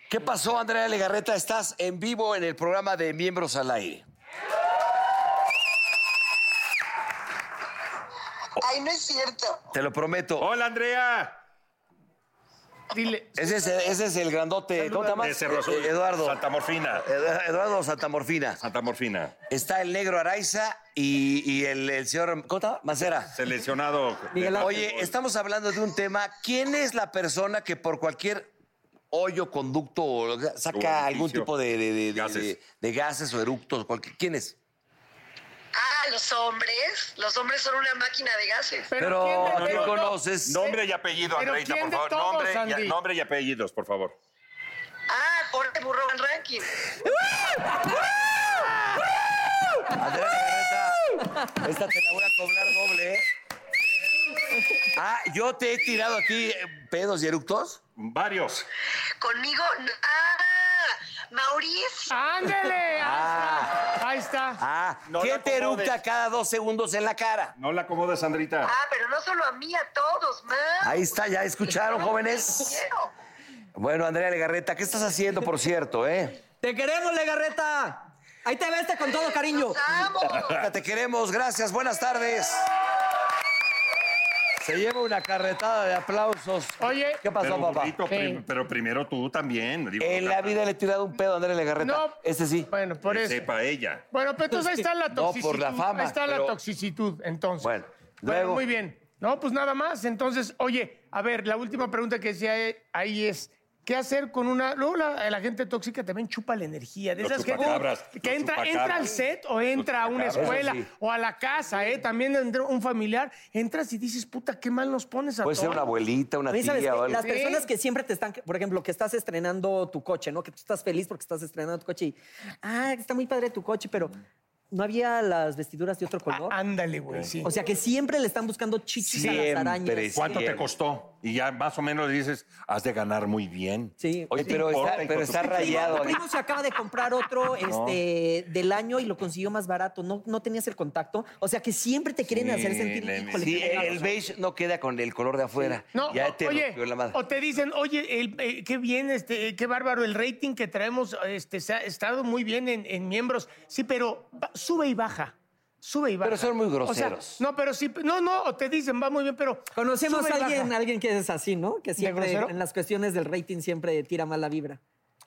[SPEAKER 2] ¿Qué pasó, Andrea Legarreta? Estás en vivo en el programa de Miembros al Aire.
[SPEAKER 6] Ay, no es cierto.
[SPEAKER 2] Te lo prometo.
[SPEAKER 4] ¡Hola, Andrea!
[SPEAKER 3] Dile,
[SPEAKER 2] Ese es, ese es el grandote. ¿Cómo te llamas?
[SPEAKER 4] De Cerro Azul.
[SPEAKER 2] Eh, Eduardo.
[SPEAKER 4] Santa Morfina.
[SPEAKER 2] Edu- Eduardo Santamorfina.
[SPEAKER 4] Santa Morfina.
[SPEAKER 2] Está el negro Araiza y, y el, el señor. ¿Cómo te llamas? Macera.
[SPEAKER 4] Seleccionado.
[SPEAKER 5] Miguel Ángel.
[SPEAKER 2] Oye, estamos hablando de un tema. ¿Quién es la persona que por cualquier hoyo, conducto, o lo que sea, saca
[SPEAKER 4] O
[SPEAKER 2] algún
[SPEAKER 4] orificio.
[SPEAKER 2] tipo de, de- de- de-
[SPEAKER 4] Gases.
[SPEAKER 2] de- de gases o eructos? cualquier- ¿Quién es?
[SPEAKER 6] Ah, los hombres. Los hombres son una máquina de gases.
[SPEAKER 3] pero,
[SPEAKER 2] ¿a
[SPEAKER 3] ¿quién de
[SPEAKER 2] quién
[SPEAKER 3] todos?
[SPEAKER 2] conoces?
[SPEAKER 4] Nombre y apellido,
[SPEAKER 3] Pero
[SPEAKER 4] Andreita,
[SPEAKER 3] ¿quién
[SPEAKER 4] por
[SPEAKER 3] de
[SPEAKER 4] favor.
[SPEAKER 3] todos,
[SPEAKER 4] nombre, y-
[SPEAKER 3] Andy?
[SPEAKER 4] nombre y apellidos, por favor.
[SPEAKER 6] Ah, ponte burro en ranking.
[SPEAKER 2] Andrea Legarreta, esta te la voy a cobrar doble, ¿eh? Ah, yo te he tirado a ti eh, pedos y eructos.
[SPEAKER 4] Varios.
[SPEAKER 6] Conmigo. no- Ah, Mauricio.
[SPEAKER 3] ¡Ándele!
[SPEAKER 2] Ah.
[SPEAKER 3] Ahí está.
[SPEAKER 2] Ah,
[SPEAKER 4] No la
[SPEAKER 2] ¿quién te
[SPEAKER 4] acomodes.
[SPEAKER 2] eructa cada dos segundos en la cara?
[SPEAKER 4] No la acomodas, Andrita.
[SPEAKER 6] Ah, pero no solo a mí, a todos, más.
[SPEAKER 2] Ahí está, ya escucharon, jóvenes. Bueno, Andrea Legarreta, ¿qué estás haciendo, por cierto, eh?
[SPEAKER 5] ¡Te queremos, Legarreta! Ahí te veste con todo cariño.
[SPEAKER 6] Los amo.
[SPEAKER 2] Venga, Te queremos, gracias, buenas tardes. Se lleva una carretada de aplausos.
[SPEAKER 3] Oye,
[SPEAKER 2] ¿qué pasó,
[SPEAKER 4] pero,
[SPEAKER 2] papá?
[SPEAKER 4] burrito, prim- pero primero tú también. Digo,
[SPEAKER 2] En la vida le he tirado un pedo a Andrea Legarreta.
[SPEAKER 3] No. pues,
[SPEAKER 2] Este sí.
[SPEAKER 3] Bueno, por
[SPEAKER 4] que
[SPEAKER 3] eso.
[SPEAKER 4] sepa ella.
[SPEAKER 3] Bueno, pero entonces ahí está la
[SPEAKER 2] No,
[SPEAKER 3] toxicidad.
[SPEAKER 2] por la fama,
[SPEAKER 3] Ahí está
[SPEAKER 2] pero-
[SPEAKER 3] la toxicidad, entonces.
[SPEAKER 2] Bueno,
[SPEAKER 3] Bueno,
[SPEAKER 2] luego.
[SPEAKER 3] muy bien. No, pues nada más. Entonces, oye, a ver, la última pregunta que decía eh, ahí es, qué hacer con una. Luego la, la gente tóxica también chupa la energía. De
[SPEAKER 4] Los
[SPEAKER 3] esas gente
[SPEAKER 4] chupacabras,
[SPEAKER 3] que
[SPEAKER 4] los
[SPEAKER 3] entra,
[SPEAKER 4] chupacabras.
[SPEAKER 3] entra al set o entra a una
[SPEAKER 4] chupacabras,
[SPEAKER 3] escuela
[SPEAKER 2] eso sí.
[SPEAKER 3] o a la casa, ¿eh? También entra un familiar, entras y dices, puta, qué mal nos pones a
[SPEAKER 2] Puede ser
[SPEAKER 3] todos.
[SPEAKER 2] una abuelita, una
[SPEAKER 5] A mí,
[SPEAKER 2] tía
[SPEAKER 5] ¿sabes qué?
[SPEAKER 2] o algo.
[SPEAKER 5] Las personas que siempre te están, por ejemplo, que estás estrenando tu coche, ¿no? Que tú estás feliz porque estás estrenando tu coche y, ah, está muy padre tu coche, pero no había las vestiduras de otro color.
[SPEAKER 3] Ah, ándale, güey, sí.
[SPEAKER 5] o sea, que siempre le están buscando chichis a
[SPEAKER 2] Siempre,
[SPEAKER 5] las arañas.
[SPEAKER 4] ¿Cuánto
[SPEAKER 2] Sí.
[SPEAKER 4] te costó? Y ya más o menos le dices, has de ganar muy bien.
[SPEAKER 5] Sí.
[SPEAKER 2] Oye,
[SPEAKER 4] ¿Qué te
[SPEAKER 2] pero
[SPEAKER 4] importa,
[SPEAKER 2] está,
[SPEAKER 4] hijo
[SPEAKER 2] pero
[SPEAKER 4] de
[SPEAKER 2] está
[SPEAKER 4] tu-
[SPEAKER 2] rayado.
[SPEAKER 5] Mi primo se acaba de comprar otro este, del año y lo consiguió más barato. No, no tenías el contacto. O sea que siempre te quieren
[SPEAKER 4] Sí,
[SPEAKER 5] hacer sentir
[SPEAKER 4] le-
[SPEAKER 5] híjole,
[SPEAKER 2] Sí,
[SPEAKER 5] qué ¿eh? pena.
[SPEAKER 2] el beige no queda con el color de afuera.
[SPEAKER 3] No,
[SPEAKER 2] ya
[SPEAKER 3] o-
[SPEAKER 2] te
[SPEAKER 3] oye,
[SPEAKER 2] rompió la madre.
[SPEAKER 3] o te dicen, oye, el- eh, qué bien, este, eh, qué bárbaro el rating que traemos, este, se ha estado muy bien en, en miembros. Sí, pero ba- sube y baja, sube y baja.
[SPEAKER 2] Pero son muy
[SPEAKER 3] O sea,
[SPEAKER 2] groseros.
[SPEAKER 3] no, pero sí, no, no, o te dicen, va muy bien, pero
[SPEAKER 5] Conocemos
[SPEAKER 3] sube
[SPEAKER 5] a
[SPEAKER 3] y
[SPEAKER 5] alguien,
[SPEAKER 3] baja.
[SPEAKER 5] alguien que es así, ¿no? Que siempre
[SPEAKER 3] grosero?
[SPEAKER 5] en las cuestiones del rating siempre tira mala vibra,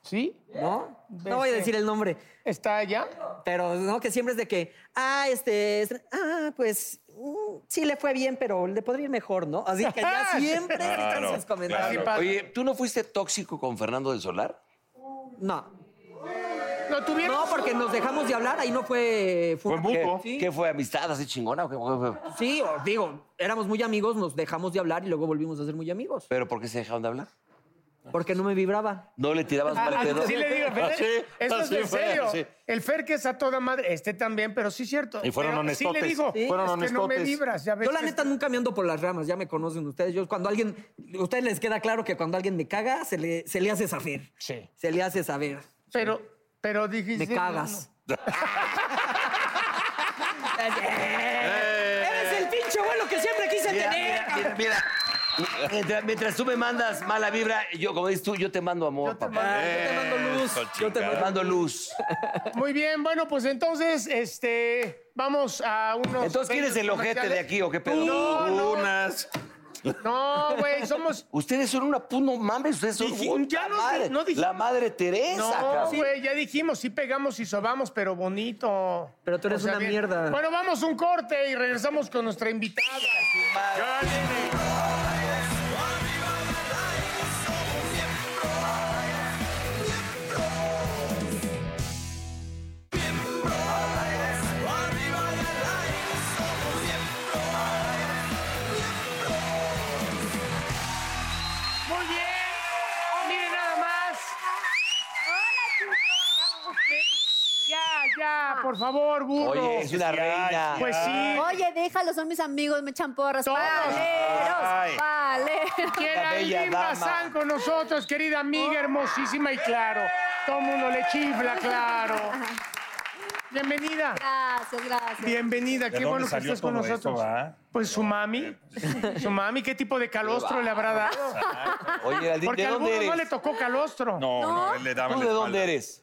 [SPEAKER 3] ¿Sí?
[SPEAKER 5] ¿no? No voy a decir el nombre,
[SPEAKER 3] ¿Está allá?
[SPEAKER 5] pero no, que siempre es de que, ah, este, es- ah, pues mm, sí le fue bien, pero le podría ir mejor, ¿no? Así que ya
[SPEAKER 3] Ah,
[SPEAKER 5] siempre
[SPEAKER 4] claro,
[SPEAKER 5] están sus comentarios.
[SPEAKER 3] claro.
[SPEAKER 2] Oye, ¿tú no fuiste tóxico con Fernando del Solar?
[SPEAKER 5] No,
[SPEAKER 3] No, tuvieron...
[SPEAKER 5] no, porque nos dejamos de hablar, ahí no fue...
[SPEAKER 4] Fue
[SPEAKER 5] una-
[SPEAKER 2] ¿Qué,
[SPEAKER 4] mutuo.
[SPEAKER 2] qué fue? ¿Amistad así chingona? o qué- qué fue?
[SPEAKER 5] Sí, o- digo, éramos muy amigos, nos dejamos de hablar y luego volvimos a ser muy amigos.
[SPEAKER 2] ¿Pero por qué se dejaron de hablar?
[SPEAKER 4] Ah,
[SPEAKER 5] Porque no me vibraba.
[SPEAKER 2] ¿No le tirabas mal
[SPEAKER 3] Ah,
[SPEAKER 2] pedo?
[SPEAKER 3] sí le digo, Fer,
[SPEAKER 4] Así,
[SPEAKER 3] esto es
[SPEAKER 4] así
[SPEAKER 3] en
[SPEAKER 4] fue,
[SPEAKER 3] serio.
[SPEAKER 4] así.
[SPEAKER 3] El Fer que es a toda madre, este también, pero sí es cierto.
[SPEAKER 4] Y fueron
[SPEAKER 3] pero Sí le
[SPEAKER 4] honestotes,
[SPEAKER 3] digo,
[SPEAKER 4] sí. fueron
[SPEAKER 3] es que no me
[SPEAKER 4] honestotes.
[SPEAKER 3] vibras, ya ves.
[SPEAKER 5] Yo la
[SPEAKER 3] que-
[SPEAKER 5] neta nunca me ando por las ramas, ya me conocen ustedes. Yo cuando alguien, ustedes les queda claro que cuando alguien me caga, se le, se le hace saber.
[SPEAKER 3] Sí.
[SPEAKER 5] Se le hace saber.
[SPEAKER 3] Pero, pero dijiste...
[SPEAKER 5] Me cagas. Eres el pinche bueno que siempre quise
[SPEAKER 2] Mira,
[SPEAKER 5] tener.
[SPEAKER 2] mira, mira, mira. Mientras, mientras tú me mandas mala vibra, yo, como dices tú, yo te mando amor,
[SPEAKER 3] Yo te
[SPEAKER 2] papá.
[SPEAKER 5] Ah, yo te mando luz.
[SPEAKER 4] Eso,
[SPEAKER 5] Yo te
[SPEAKER 2] Te
[SPEAKER 5] mando
[SPEAKER 2] mando luz.
[SPEAKER 3] Muy bien, bueno, pues entonces, este, vamos a unos.
[SPEAKER 2] Entonces, ¿quién es el ojete de aquí o qué pedo?
[SPEAKER 3] No, no,
[SPEAKER 4] Unas.
[SPEAKER 3] no, güey, somos.
[SPEAKER 2] Ustedes son una pu- no mames, ustedes son
[SPEAKER 3] Diji-
[SPEAKER 2] puta
[SPEAKER 3] ya no di-
[SPEAKER 2] madre,
[SPEAKER 3] no dijimos.
[SPEAKER 2] la madre Teresa,
[SPEAKER 3] No,
[SPEAKER 2] cabrón.
[SPEAKER 3] güey, ya dijimos, sí pegamos y sobamos, pero bonito.
[SPEAKER 5] Pero tú eres una mierda.
[SPEAKER 3] Bueno, vamos un corte y regresamos con nuestra invitada. Muy bien. Oh, Miren nada más. Ya, ya, por favor, burro.
[SPEAKER 2] Oye, es una reina.
[SPEAKER 3] pues sí.
[SPEAKER 7] Oye, déjalo, son mis amigos, me echan porras.
[SPEAKER 3] Todos.
[SPEAKER 7] Paleros,
[SPEAKER 4] Ay.
[SPEAKER 7] paleros.
[SPEAKER 3] Geraldine
[SPEAKER 2] bella
[SPEAKER 3] Bazán
[SPEAKER 2] dama.
[SPEAKER 3] con nosotros, querida amiga hermosísima y claro. Todo mundo le chifla, claro. Bienvenida.
[SPEAKER 7] Gracias, gracias.
[SPEAKER 3] Bienvenida,
[SPEAKER 4] ¿De
[SPEAKER 3] qué
[SPEAKER 4] dónde
[SPEAKER 3] bueno que
[SPEAKER 4] salió
[SPEAKER 3] estés con
[SPEAKER 4] todo esto,
[SPEAKER 3] nosotros.
[SPEAKER 4] va? Eh,
[SPEAKER 3] pues su mami, su mami, ¿qué tipo de calostro le habrá dado?
[SPEAKER 2] Oye, Geraldine,
[SPEAKER 3] Porque
[SPEAKER 2] ¿de
[SPEAKER 3] a
[SPEAKER 2] dónde
[SPEAKER 3] alguno
[SPEAKER 2] eres?
[SPEAKER 3] no le tocó calostro.
[SPEAKER 4] No, no, él le daban
[SPEAKER 2] ¿Tú de dónde eres?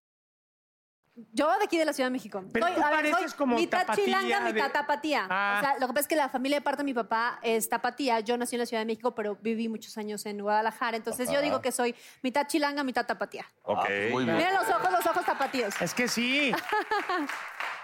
[SPEAKER 7] Yo de aquí de la Ciudad de México.
[SPEAKER 3] Pero
[SPEAKER 7] Soy-
[SPEAKER 3] tú
[SPEAKER 7] a ver,
[SPEAKER 3] pareces
[SPEAKER 7] soy
[SPEAKER 3] como
[SPEAKER 7] mitad
[SPEAKER 3] tapatía
[SPEAKER 7] chilanga,
[SPEAKER 3] de-
[SPEAKER 7] mitad tapatía.
[SPEAKER 3] Ah.
[SPEAKER 7] O sea, lo que pasa es que la familia de parte de mi papá es tapatía. Yo nací en la Ciudad de México, pero viví muchos años en Guadalajara. Entonces yo digo que soy mitad chilanga, mitad tapatía.
[SPEAKER 4] Ok.
[SPEAKER 2] muy bien.
[SPEAKER 7] Miren los ojos, los ojos tapatíos.
[SPEAKER 3] Es que sí.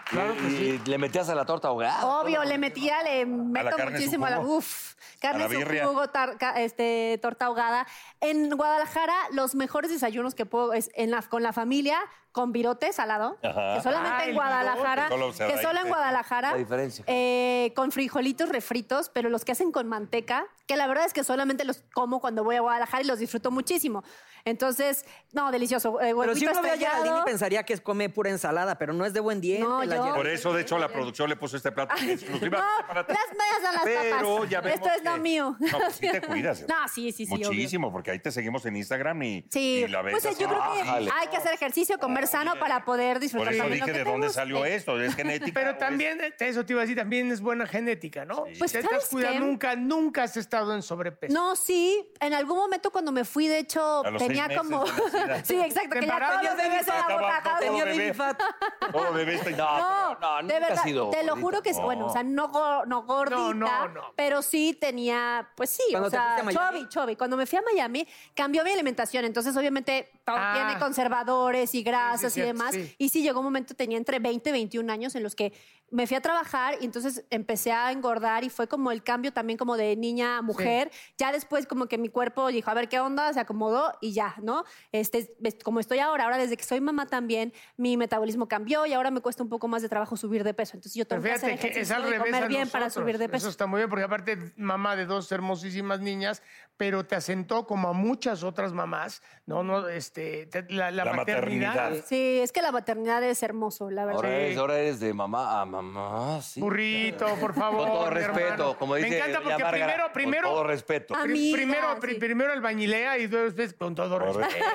[SPEAKER 2] Claro que sí. ¿Le metías a la torta ahogada?
[SPEAKER 7] Obvio, le metía, le meto
[SPEAKER 4] carne en su
[SPEAKER 7] muchísimo a la
[SPEAKER 4] jugo.
[SPEAKER 7] uf, carne
[SPEAKER 4] A la
[SPEAKER 7] en su
[SPEAKER 4] birria.
[SPEAKER 7] jugo, tar- ca- este, torta ahogada. En Guadalajara, los mejores desayunos que puedo es en la- con la familia, con virote salado,
[SPEAKER 2] Ajá.
[SPEAKER 7] que solamente
[SPEAKER 2] Ah, el
[SPEAKER 7] en Guadalajara,
[SPEAKER 2] virote. Solo se da
[SPEAKER 7] que
[SPEAKER 2] ahí,
[SPEAKER 7] solo en
[SPEAKER 2] sí.
[SPEAKER 7] Guadalajara,
[SPEAKER 2] La diferencia.
[SPEAKER 7] eh, con frijolitos refritos, pero los que hacen con manteca, que la verdad es que solamente los como cuando voy a Guadalajara y los disfruto muchísimo. Entonces, no, delicioso. Eh,
[SPEAKER 5] Pero si
[SPEAKER 7] huevito
[SPEAKER 5] uno ve a
[SPEAKER 7] estrellado.
[SPEAKER 5] Geraldine pensaría que come pura ensalada, pero no es de buen día.
[SPEAKER 7] No, yo-
[SPEAKER 4] Por eso, de hecho, la producción le puso este plato exclusiva para ti.
[SPEAKER 7] Las medias a las
[SPEAKER 4] Pero
[SPEAKER 7] papas.
[SPEAKER 4] ya vemos
[SPEAKER 7] Esto es lo
[SPEAKER 4] que-
[SPEAKER 7] mío.
[SPEAKER 4] No, pues sí te cuidas.
[SPEAKER 7] No, sí, sí, sí. obvio.
[SPEAKER 4] Muchísimo, porque ahí te seguimos en Instagram y,
[SPEAKER 7] Sí,
[SPEAKER 4] y la ves.
[SPEAKER 7] pues
[SPEAKER 4] así.
[SPEAKER 7] yo creo que
[SPEAKER 4] Ájale.
[SPEAKER 7] hay que hacer ejercicio, comer sano para poder disfrutar
[SPEAKER 4] Por eso
[SPEAKER 7] también lo
[SPEAKER 4] dije
[SPEAKER 7] que Eh,
[SPEAKER 4] de
[SPEAKER 7] te
[SPEAKER 4] dónde
[SPEAKER 7] guste.
[SPEAKER 4] salió esto, es genética.
[SPEAKER 3] Pero también, eh, eso te iba a decir, también es buena genética, ¿no?
[SPEAKER 7] Pues,
[SPEAKER 3] te
[SPEAKER 7] ¿sabes
[SPEAKER 3] estás cuidando,
[SPEAKER 7] qué?
[SPEAKER 3] nunca, nunca has estado en sobrepeso.
[SPEAKER 7] No, sí, en algún momento cuando me fui, de hecho,
[SPEAKER 4] A los seis
[SPEAKER 7] tenía
[SPEAKER 4] meses
[SPEAKER 7] como.
[SPEAKER 4] de nacida.
[SPEAKER 7] sí, exacto,
[SPEAKER 3] Te
[SPEAKER 7] que ya
[SPEAKER 3] embarazas,
[SPEAKER 7] todos los
[SPEAKER 3] baby
[SPEAKER 7] bebés en la
[SPEAKER 4] fat,
[SPEAKER 7] butaca.
[SPEAKER 4] abajo,
[SPEAKER 7] de-
[SPEAKER 5] Tenía
[SPEAKER 4] bebé.
[SPEAKER 5] baby fat.
[SPEAKER 4] Todo bebé está
[SPEAKER 2] No,
[SPEAKER 7] No,
[SPEAKER 2] no, no,
[SPEAKER 7] de
[SPEAKER 2] nunca
[SPEAKER 7] verdad,
[SPEAKER 2] ha sido.
[SPEAKER 7] te lo
[SPEAKER 2] gordita.
[SPEAKER 7] juro que sí. Bueno, o sea, no, go- no gordita,
[SPEAKER 3] No, no, no.
[SPEAKER 7] pero sí tenía, pues sí,
[SPEAKER 5] Cuando
[SPEAKER 7] o
[SPEAKER 5] te
[SPEAKER 7] sea,
[SPEAKER 5] fuiste a Miami.
[SPEAKER 7] chubby, chubby. Cuando me fui a Miami, cambió mi alimentación, entonces obviamente todo
[SPEAKER 3] Ah.
[SPEAKER 7] tiene conservadores y grasas y
[SPEAKER 3] cierto,
[SPEAKER 7] demás.
[SPEAKER 3] sí.
[SPEAKER 7] Y sí, llegó un momento, tenía entre 20 y 21 años en los que me fui a trabajar y entonces empecé a engordar y fue como el cambio también como de niña a mujer. Ya después como que mi cuerpo dijo, a ver qué onda, se acomodó y ya, ¿no? Este, ves, como estoy ahora, ahora desde que soy mamá también, mi metabolismo cambió y ahora me cuesta un poco más de trabajo subir de peso. Entonces yo
[SPEAKER 3] Pero
[SPEAKER 7] tengo que hacer
[SPEAKER 3] fíjate que es
[SPEAKER 7] ejercicio
[SPEAKER 3] al
[SPEAKER 7] y
[SPEAKER 3] revés.
[SPEAKER 7] comer
[SPEAKER 3] a
[SPEAKER 7] bien para
[SPEAKER 3] nosotros.
[SPEAKER 7] subir de
[SPEAKER 3] Eso
[SPEAKER 7] peso.
[SPEAKER 3] está muy bien, porque aparte, mamá de dos hermosísimas niñas, pero te asentó como a muchas otras mamás, ¿no? no este, te- la, la
[SPEAKER 4] La
[SPEAKER 3] maternidad.
[SPEAKER 4] maternidad.
[SPEAKER 7] Sí, es que la maternidad es hermoso, la verdad.
[SPEAKER 2] Ahora eres, ahora eres de mamá a mamá, sí.
[SPEAKER 3] Burrito, por favor.
[SPEAKER 2] Con todo
[SPEAKER 3] mi
[SPEAKER 2] respeto,
[SPEAKER 3] hermano.
[SPEAKER 2] como dice
[SPEAKER 3] Me encanta porque
[SPEAKER 2] ya Bárbara,
[SPEAKER 3] primero, primero.
[SPEAKER 2] Con todo respeto.
[SPEAKER 7] Ah,
[SPEAKER 3] pri-
[SPEAKER 7] Amiga,
[SPEAKER 3] primero,
[SPEAKER 7] sí.
[SPEAKER 3] pri- primero el bañilea y después con todo respeto.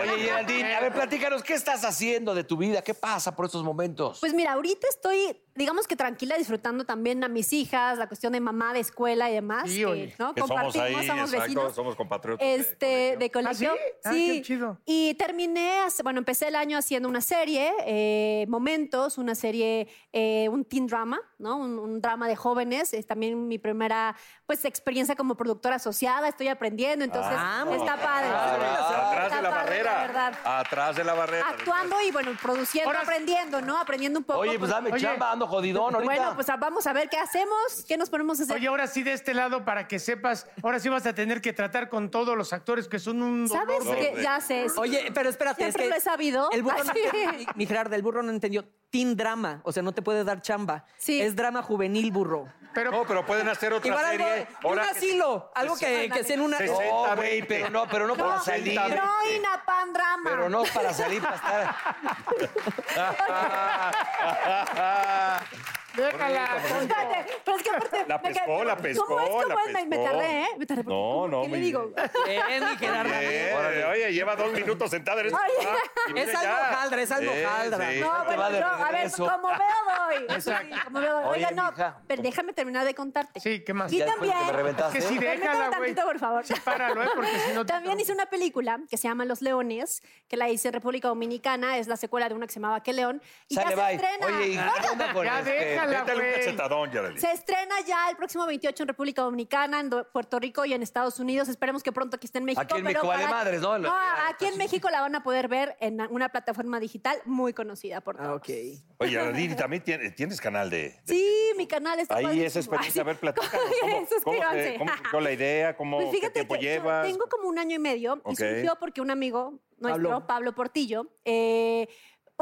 [SPEAKER 2] Oye, Geraldine, a ver, platícanos, ¿qué estás haciendo de tu vida? ¿Qué pasa por estos momentos?
[SPEAKER 7] Pues mira, ahorita estoy, digamos que tranquila, disfrutando también a mis hijas, la cuestión de mamá, de escuela y demás.
[SPEAKER 3] Sí,
[SPEAKER 7] que,
[SPEAKER 3] oye.
[SPEAKER 7] ¿no?
[SPEAKER 4] Que somos ahí,
[SPEAKER 7] somos
[SPEAKER 4] exacto,
[SPEAKER 7] vecinos.
[SPEAKER 4] somos compatriotas. de
[SPEAKER 7] Este, de colegio.
[SPEAKER 3] ¿sí? Ah, qué chido.
[SPEAKER 7] Y terminé, hace- bueno, empecé el año haciendo una serie, eh, Momentos, una serie, eh, un teen drama, ¿no? Un, un drama de jóvenes. Es también mi primera, pues, experiencia como productora asociada. Estoy aprendiendo, entonces
[SPEAKER 5] Ah, muy
[SPEAKER 7] está padre.
[SPEAKER 4] Atrás de
[SPEAKER 7] Está
[SPEAKER 4] la
[SPEAKER 7] padre,
[SPEAKER 4] barrera.
[SPEAKER 7] verdad.
[SPEAKER 4] Atrás de la barrera.
[SPEAKER 7] Actuando y, bueno, produciendo,
[SPEAKER 3] Ahora-
[SPEAKER 7] aprendiendo, ¿no? Aprendiendo un poco.
[SPEAKER 2] Oye, pues
[SPEAKER 7] porque-
[SPEAKER 2] dame chamba, ando jodidón ahorita.
[SPEAKER 7] Bueno, pues ah, vamos a ver qué hacemos, qué nos ponemos a hacer.
[SPEAKER 3] Oye, ahora sí de este lado para que sepas, ahora sí vas a tener que tratar con todos los actores que son un dolor.
[SPEAKER 7] ¿Sabes
[SPEAKER 4] no,
[SPEAKER 7] qué?
[SPEAKER 4] de-
[SPEAKER 7] Ya sé.
[SPEAKER 5] Oye, pero espérate.
[SPEAKER 7] Siempre lo he sabido. Ah,
[SPEAKER 5] El burro no
[SPEAKER 7] Así.
[SPEAKER 5] entendió- mi, mi Gerardo, el burro no entendió. Teen drama. O sea, no te puede dar chamba.
[SPEAKER 7] Sí.
[SPEAKER 5] Es drama juvenil, burro.
[SPEAKER 3] Pero
[SPEAKER 4] No, pero pueden hacer otra
[SPEAKER 5] Igual algo.
[SPEAKER 4] serie.
[SPEAKER 5] Un
[SPEAKER 4] ahora que-
[SPEAKER 5] asilo. Algo que, que sea en una.
[SPEAKER 4] Sí, sí.
[SPEAKER 2] No, güey, pero no, pero no para
[SPEAKER 7] No,
[SPEAKER 2] salir.
[SPEAKER 7] no, Inapan drama.
[SPEAKER 2] Pero no para salir, para estar.
[SPEAKER 3] déjala.
[SPEAKER 7] Espérate, Pero es que aparte.
[SPEAKER 4] La
[SPEAKER 7] me
[SPEAKER 4] pescó,
[SPEAKER 7] cae- ¿Cómo
[SPEAKER 4] la
[SPEAKER 7] es?
[SPEAKER 4] pescó, la
[SPEAKER 7] ¿Cómo es? Me- Me
[SPEAKER 4] pescó.
[SPEAKER 7] tardé, ¿eh? Me tardé. porque
[SPEAKER 4] No,
[SPEAKER 7] ¿cómo?
[SPEAKER 4] no,
[SPEAKER 7] ¿Qué le
[SPEAKER 4] muy
[SPEAKER 7] digo?
[SPEAKER 5] Bien, mi Gerardo.
[SPEAKER 4] Bien, Oye, lleva dos minutos sentada. Eres
[SPEAKER 7] Oye.
[SPEAKER 4] Ah, y
[SPEAKER 5] Es
[SPEAKER 4] mira
[SPEAKER 5] algo
[SPEAKER 4] ya.
[SPEAKER 5] hojaldra, es algo
[SPEAKER 4] Sí,
[SPEAKER 5] hojaldra.
[SPEAKER 4] sí.
[SPEAKER 7] No,
[SPEAKER 2] te
[SPEAKER 7] bueno,
[SPEAKER 2] va de
[SPEAKER 7] no, a ver,
[SPEAKER 2] regreso.
[SPEAKER 7] como veo doy.
[SPEAKER 3] Exacto.
[SPEAKER 7] Sí, como veo doy.
[SPEAKER 2] Oye,
[SPEAKER 7] Oiga, no,
[SPEAKER 2] mija.
[SPEAKER 7] pero déjame terminar de contarte.
[SPEAKER 3] Sí, ¿qué más?
[SPEAKER 7] Y
[SPEAKER 2] Ya después
[SPEAKER 7] también.
[SPEAKER 2] que me reventaste.
[SPEAKER 3] Es que sí,
[SPEAKER 4] eh?
[SPEAKER 7] Permítame
[SPEAKER 3] déjala, güey.
[SPEAKER 7] tantito, por favor.
[SPEAKER 3] Sí, páralo, ¿eh? Porque si no te-
[SPEAKER 7] También hice una película que se llama Los Leones, que la hice en República Dominicana, es la secuela de una que se llamaba Que León. Y
[SPEAKER 2] Sale,
[SPEAKER 7] ya se
[SPEAKER 2] bye.
[SPEAKER 7] estrena.
[SPEAKER 2] Oye, ¿y qué onda con
[SPEAKER 3] Ah, Ya
[SPEAKER 2] este?
[SPEAKER 3] déjala,
[SPEAKER 4] Métale un
[SPEAKER 3] güey.
[SPEAKER 4] cachetadón, Geraldine.
[SPEAKER 7] Se estrena ya el próximo 28 en República Dominicana, en Do- Puerto Rico y en Estados Unidos. Esperemos que pronto que esté en México.
[SPEAKER 2] Aquí en
[SPEAKER 7] pero Ah,
[SPEAKER 2] México vale madres, ¿no? Ya,
[SPEAKER 7] aquí en México la van a poder ver en una plataforma digital muy conocida por todos.
[SPEAKER 5] Ah, ok.
[SPEAKER 4] Oye, Geraldine, también tiene- tienes canal de. de-
[SPEAKER 7] Sí, mi canal está
[SPEAKER 4] Ahí
[SPEAKER 7] padrísimo.
[SPEAKER 4] esa experiencia, a ver, platícanos.
[SPEAKER 7] Ay,
[SPEAKER 4] ¿Cómo, cómo,
[SPEAKER 7] suscríbanse.
[SPEAKER 4] se- cómo surgió la idea? ¿Cómo,
[SPEAKER 7] Pues
[SPEAKER 4] ¿Qué
[SPEAKER 7] fíjate
[SPEAKER 4] tiempo
[SPEAKER 7] que yo
[SPEAKER 4] llevas?
[SPEAKER 7] tengo como un año y medio
[SPEAKER 4] Ok.
[SPEAKER 7] y surgió porque un amigo nuestro,
[SPEAKER 5] Pablo.
[SPEAKER 7] Pablo, Portillo, eh,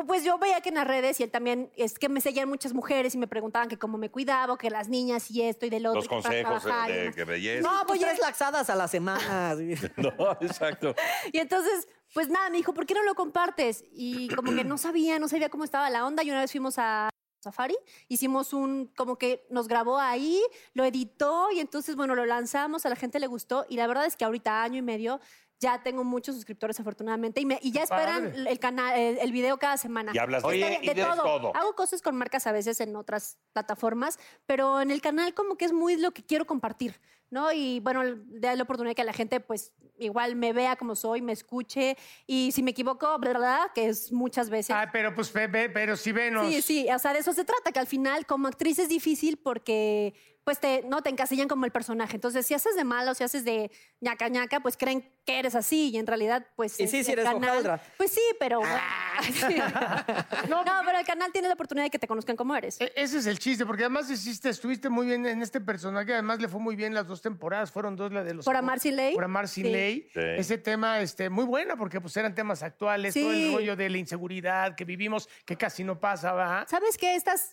[SPEAKER 7] pues yo veía que en las redes y él también, es que me seguían muchas mujeres y me preguntaban que cómo me cuidaba, que las niñas y esto y del otro.
[SPEAKER 4] Los
[SPEAKER 7] y que para
[SPEAKER 4] consejos eh,
[SPEAKER 7] trabajar y
[SPEAKER 4] de,
[SPEAKER 7] demás.
[SPEAKER 4] de belleza.
[SPEAKER 5] No,
[SPEAKER 7] No,
[SPEAKER 5] pues
[SPEAKER 7] pues
[SPEAKER 5] tres
[SPEAKER 7] ya-
[SPEAKER 5] laxadas a la semana.
[SPEAKER 4] No, exacto.
[SPEAKER 7] Y entonces, pues nada, me dijo, ¿por qué no lo compartes? Y como que no sabía, no sabía cómo estaba la onda. Y una vez fuimos a Safari, hicimos un, como que nos grabó ahí, lo editó y entonces, bueno, lo lanzamos, a la gente le gustó. Y la verdad es que ahorita, año y medio, ya tengo muchos suscriptores afortunadamente y, me- y ya esperan
[SPEAKER 3] padre.
[SPEAKER 7] el canal, el, el video cada semana.
[SPEAKER 4] Y hablas de-
[SPEAKER 7] Está
[SPEAKER 4] Oye, y de todo.
[SPEAKER 7] Hago cosas con marcas a veces en otras plataformas, pero en el canal como que es muy lo que quiero compartir, ¿no? Y bueno, da la oportunidad que la gente pues igual me vea como soy, me escuche y si me equivoco, ¿verdad? Que es muchas veces.
[SPEAKER 3] Ah, pero pues, ve, ve, pero sí venos.
[SPEAKER 7] Sí, sí, o sea, de eso se trata, que al final como actriz es difícil porque pues te, no te encasillan como el personaje. Entonces, si haces de malo, si haces de ñaca ñaca, pues creen que eres así y en realidad pues
[SPEAKER 5] Y sí,
[SPEAKER 7] es
[SPEAKER 5] sí
[SPEAKER 7] el
[SPEAKER 5] eres hojaldra.
[SPEAKER 7] Pues sí, pero bueno, no, pero el canal tiene la oportunidad de que te conozcan como eres.
[SPEAKER 3] E- Ese es el chiste, porque además hiciste, estuviste muy bien en este personaje, además le fue muy bien las dos temporadas, fueron dos la de los
[SPEAKER 7] Por Amar Sin Ley.
[SPEAKER 3] Por Amar Sin
[SPEAKER 7] Sí.
[SPEAKER 3] Ley.
[SPEAKER 4] Sí.
[SPEAKER 3] Ese tema este muy bueno porque pues eran temas actuales, todo el
[SPEAKER 7] Sí.
[SPEAKER 3] rollo de la inseguridad que vivimos que casi no pasaba. ¿ah?
[SPEAKER 7] ¿Sabes qué? Estas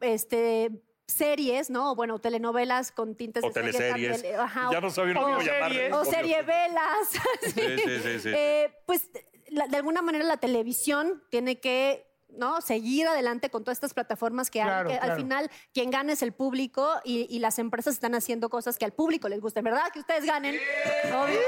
[SPEAKER 7] este, series, ¿no? O Bueno, telenovelas con tintes
[SPEAKER 4] O
[SPEAKER 7] de serie
[SPEAKER 4] teleseries.
[SPEAKER 7] también, ajá, o-
[SPEAKER 4] ya no sabía uno cómo llamarle.
[SPEAKER 7] o serievelas.
[SPEAKER 4] Sí, sí, sí, sí.
[SPEAKER 7] Eh, pues la- de alguna manera la televisión tiene que ¿no? seguir adelante con todas estas plataformas que hay,
[SPEAKER 3] Claro,
[SPEAKER 7] que
[SPEAKER 3] claro.
[SPEAKER 7] al final quien gana es el público y, y las empresas están haciendo cosas que al público les gusten, ¿verdad? Que ustedes ganen. Obvio.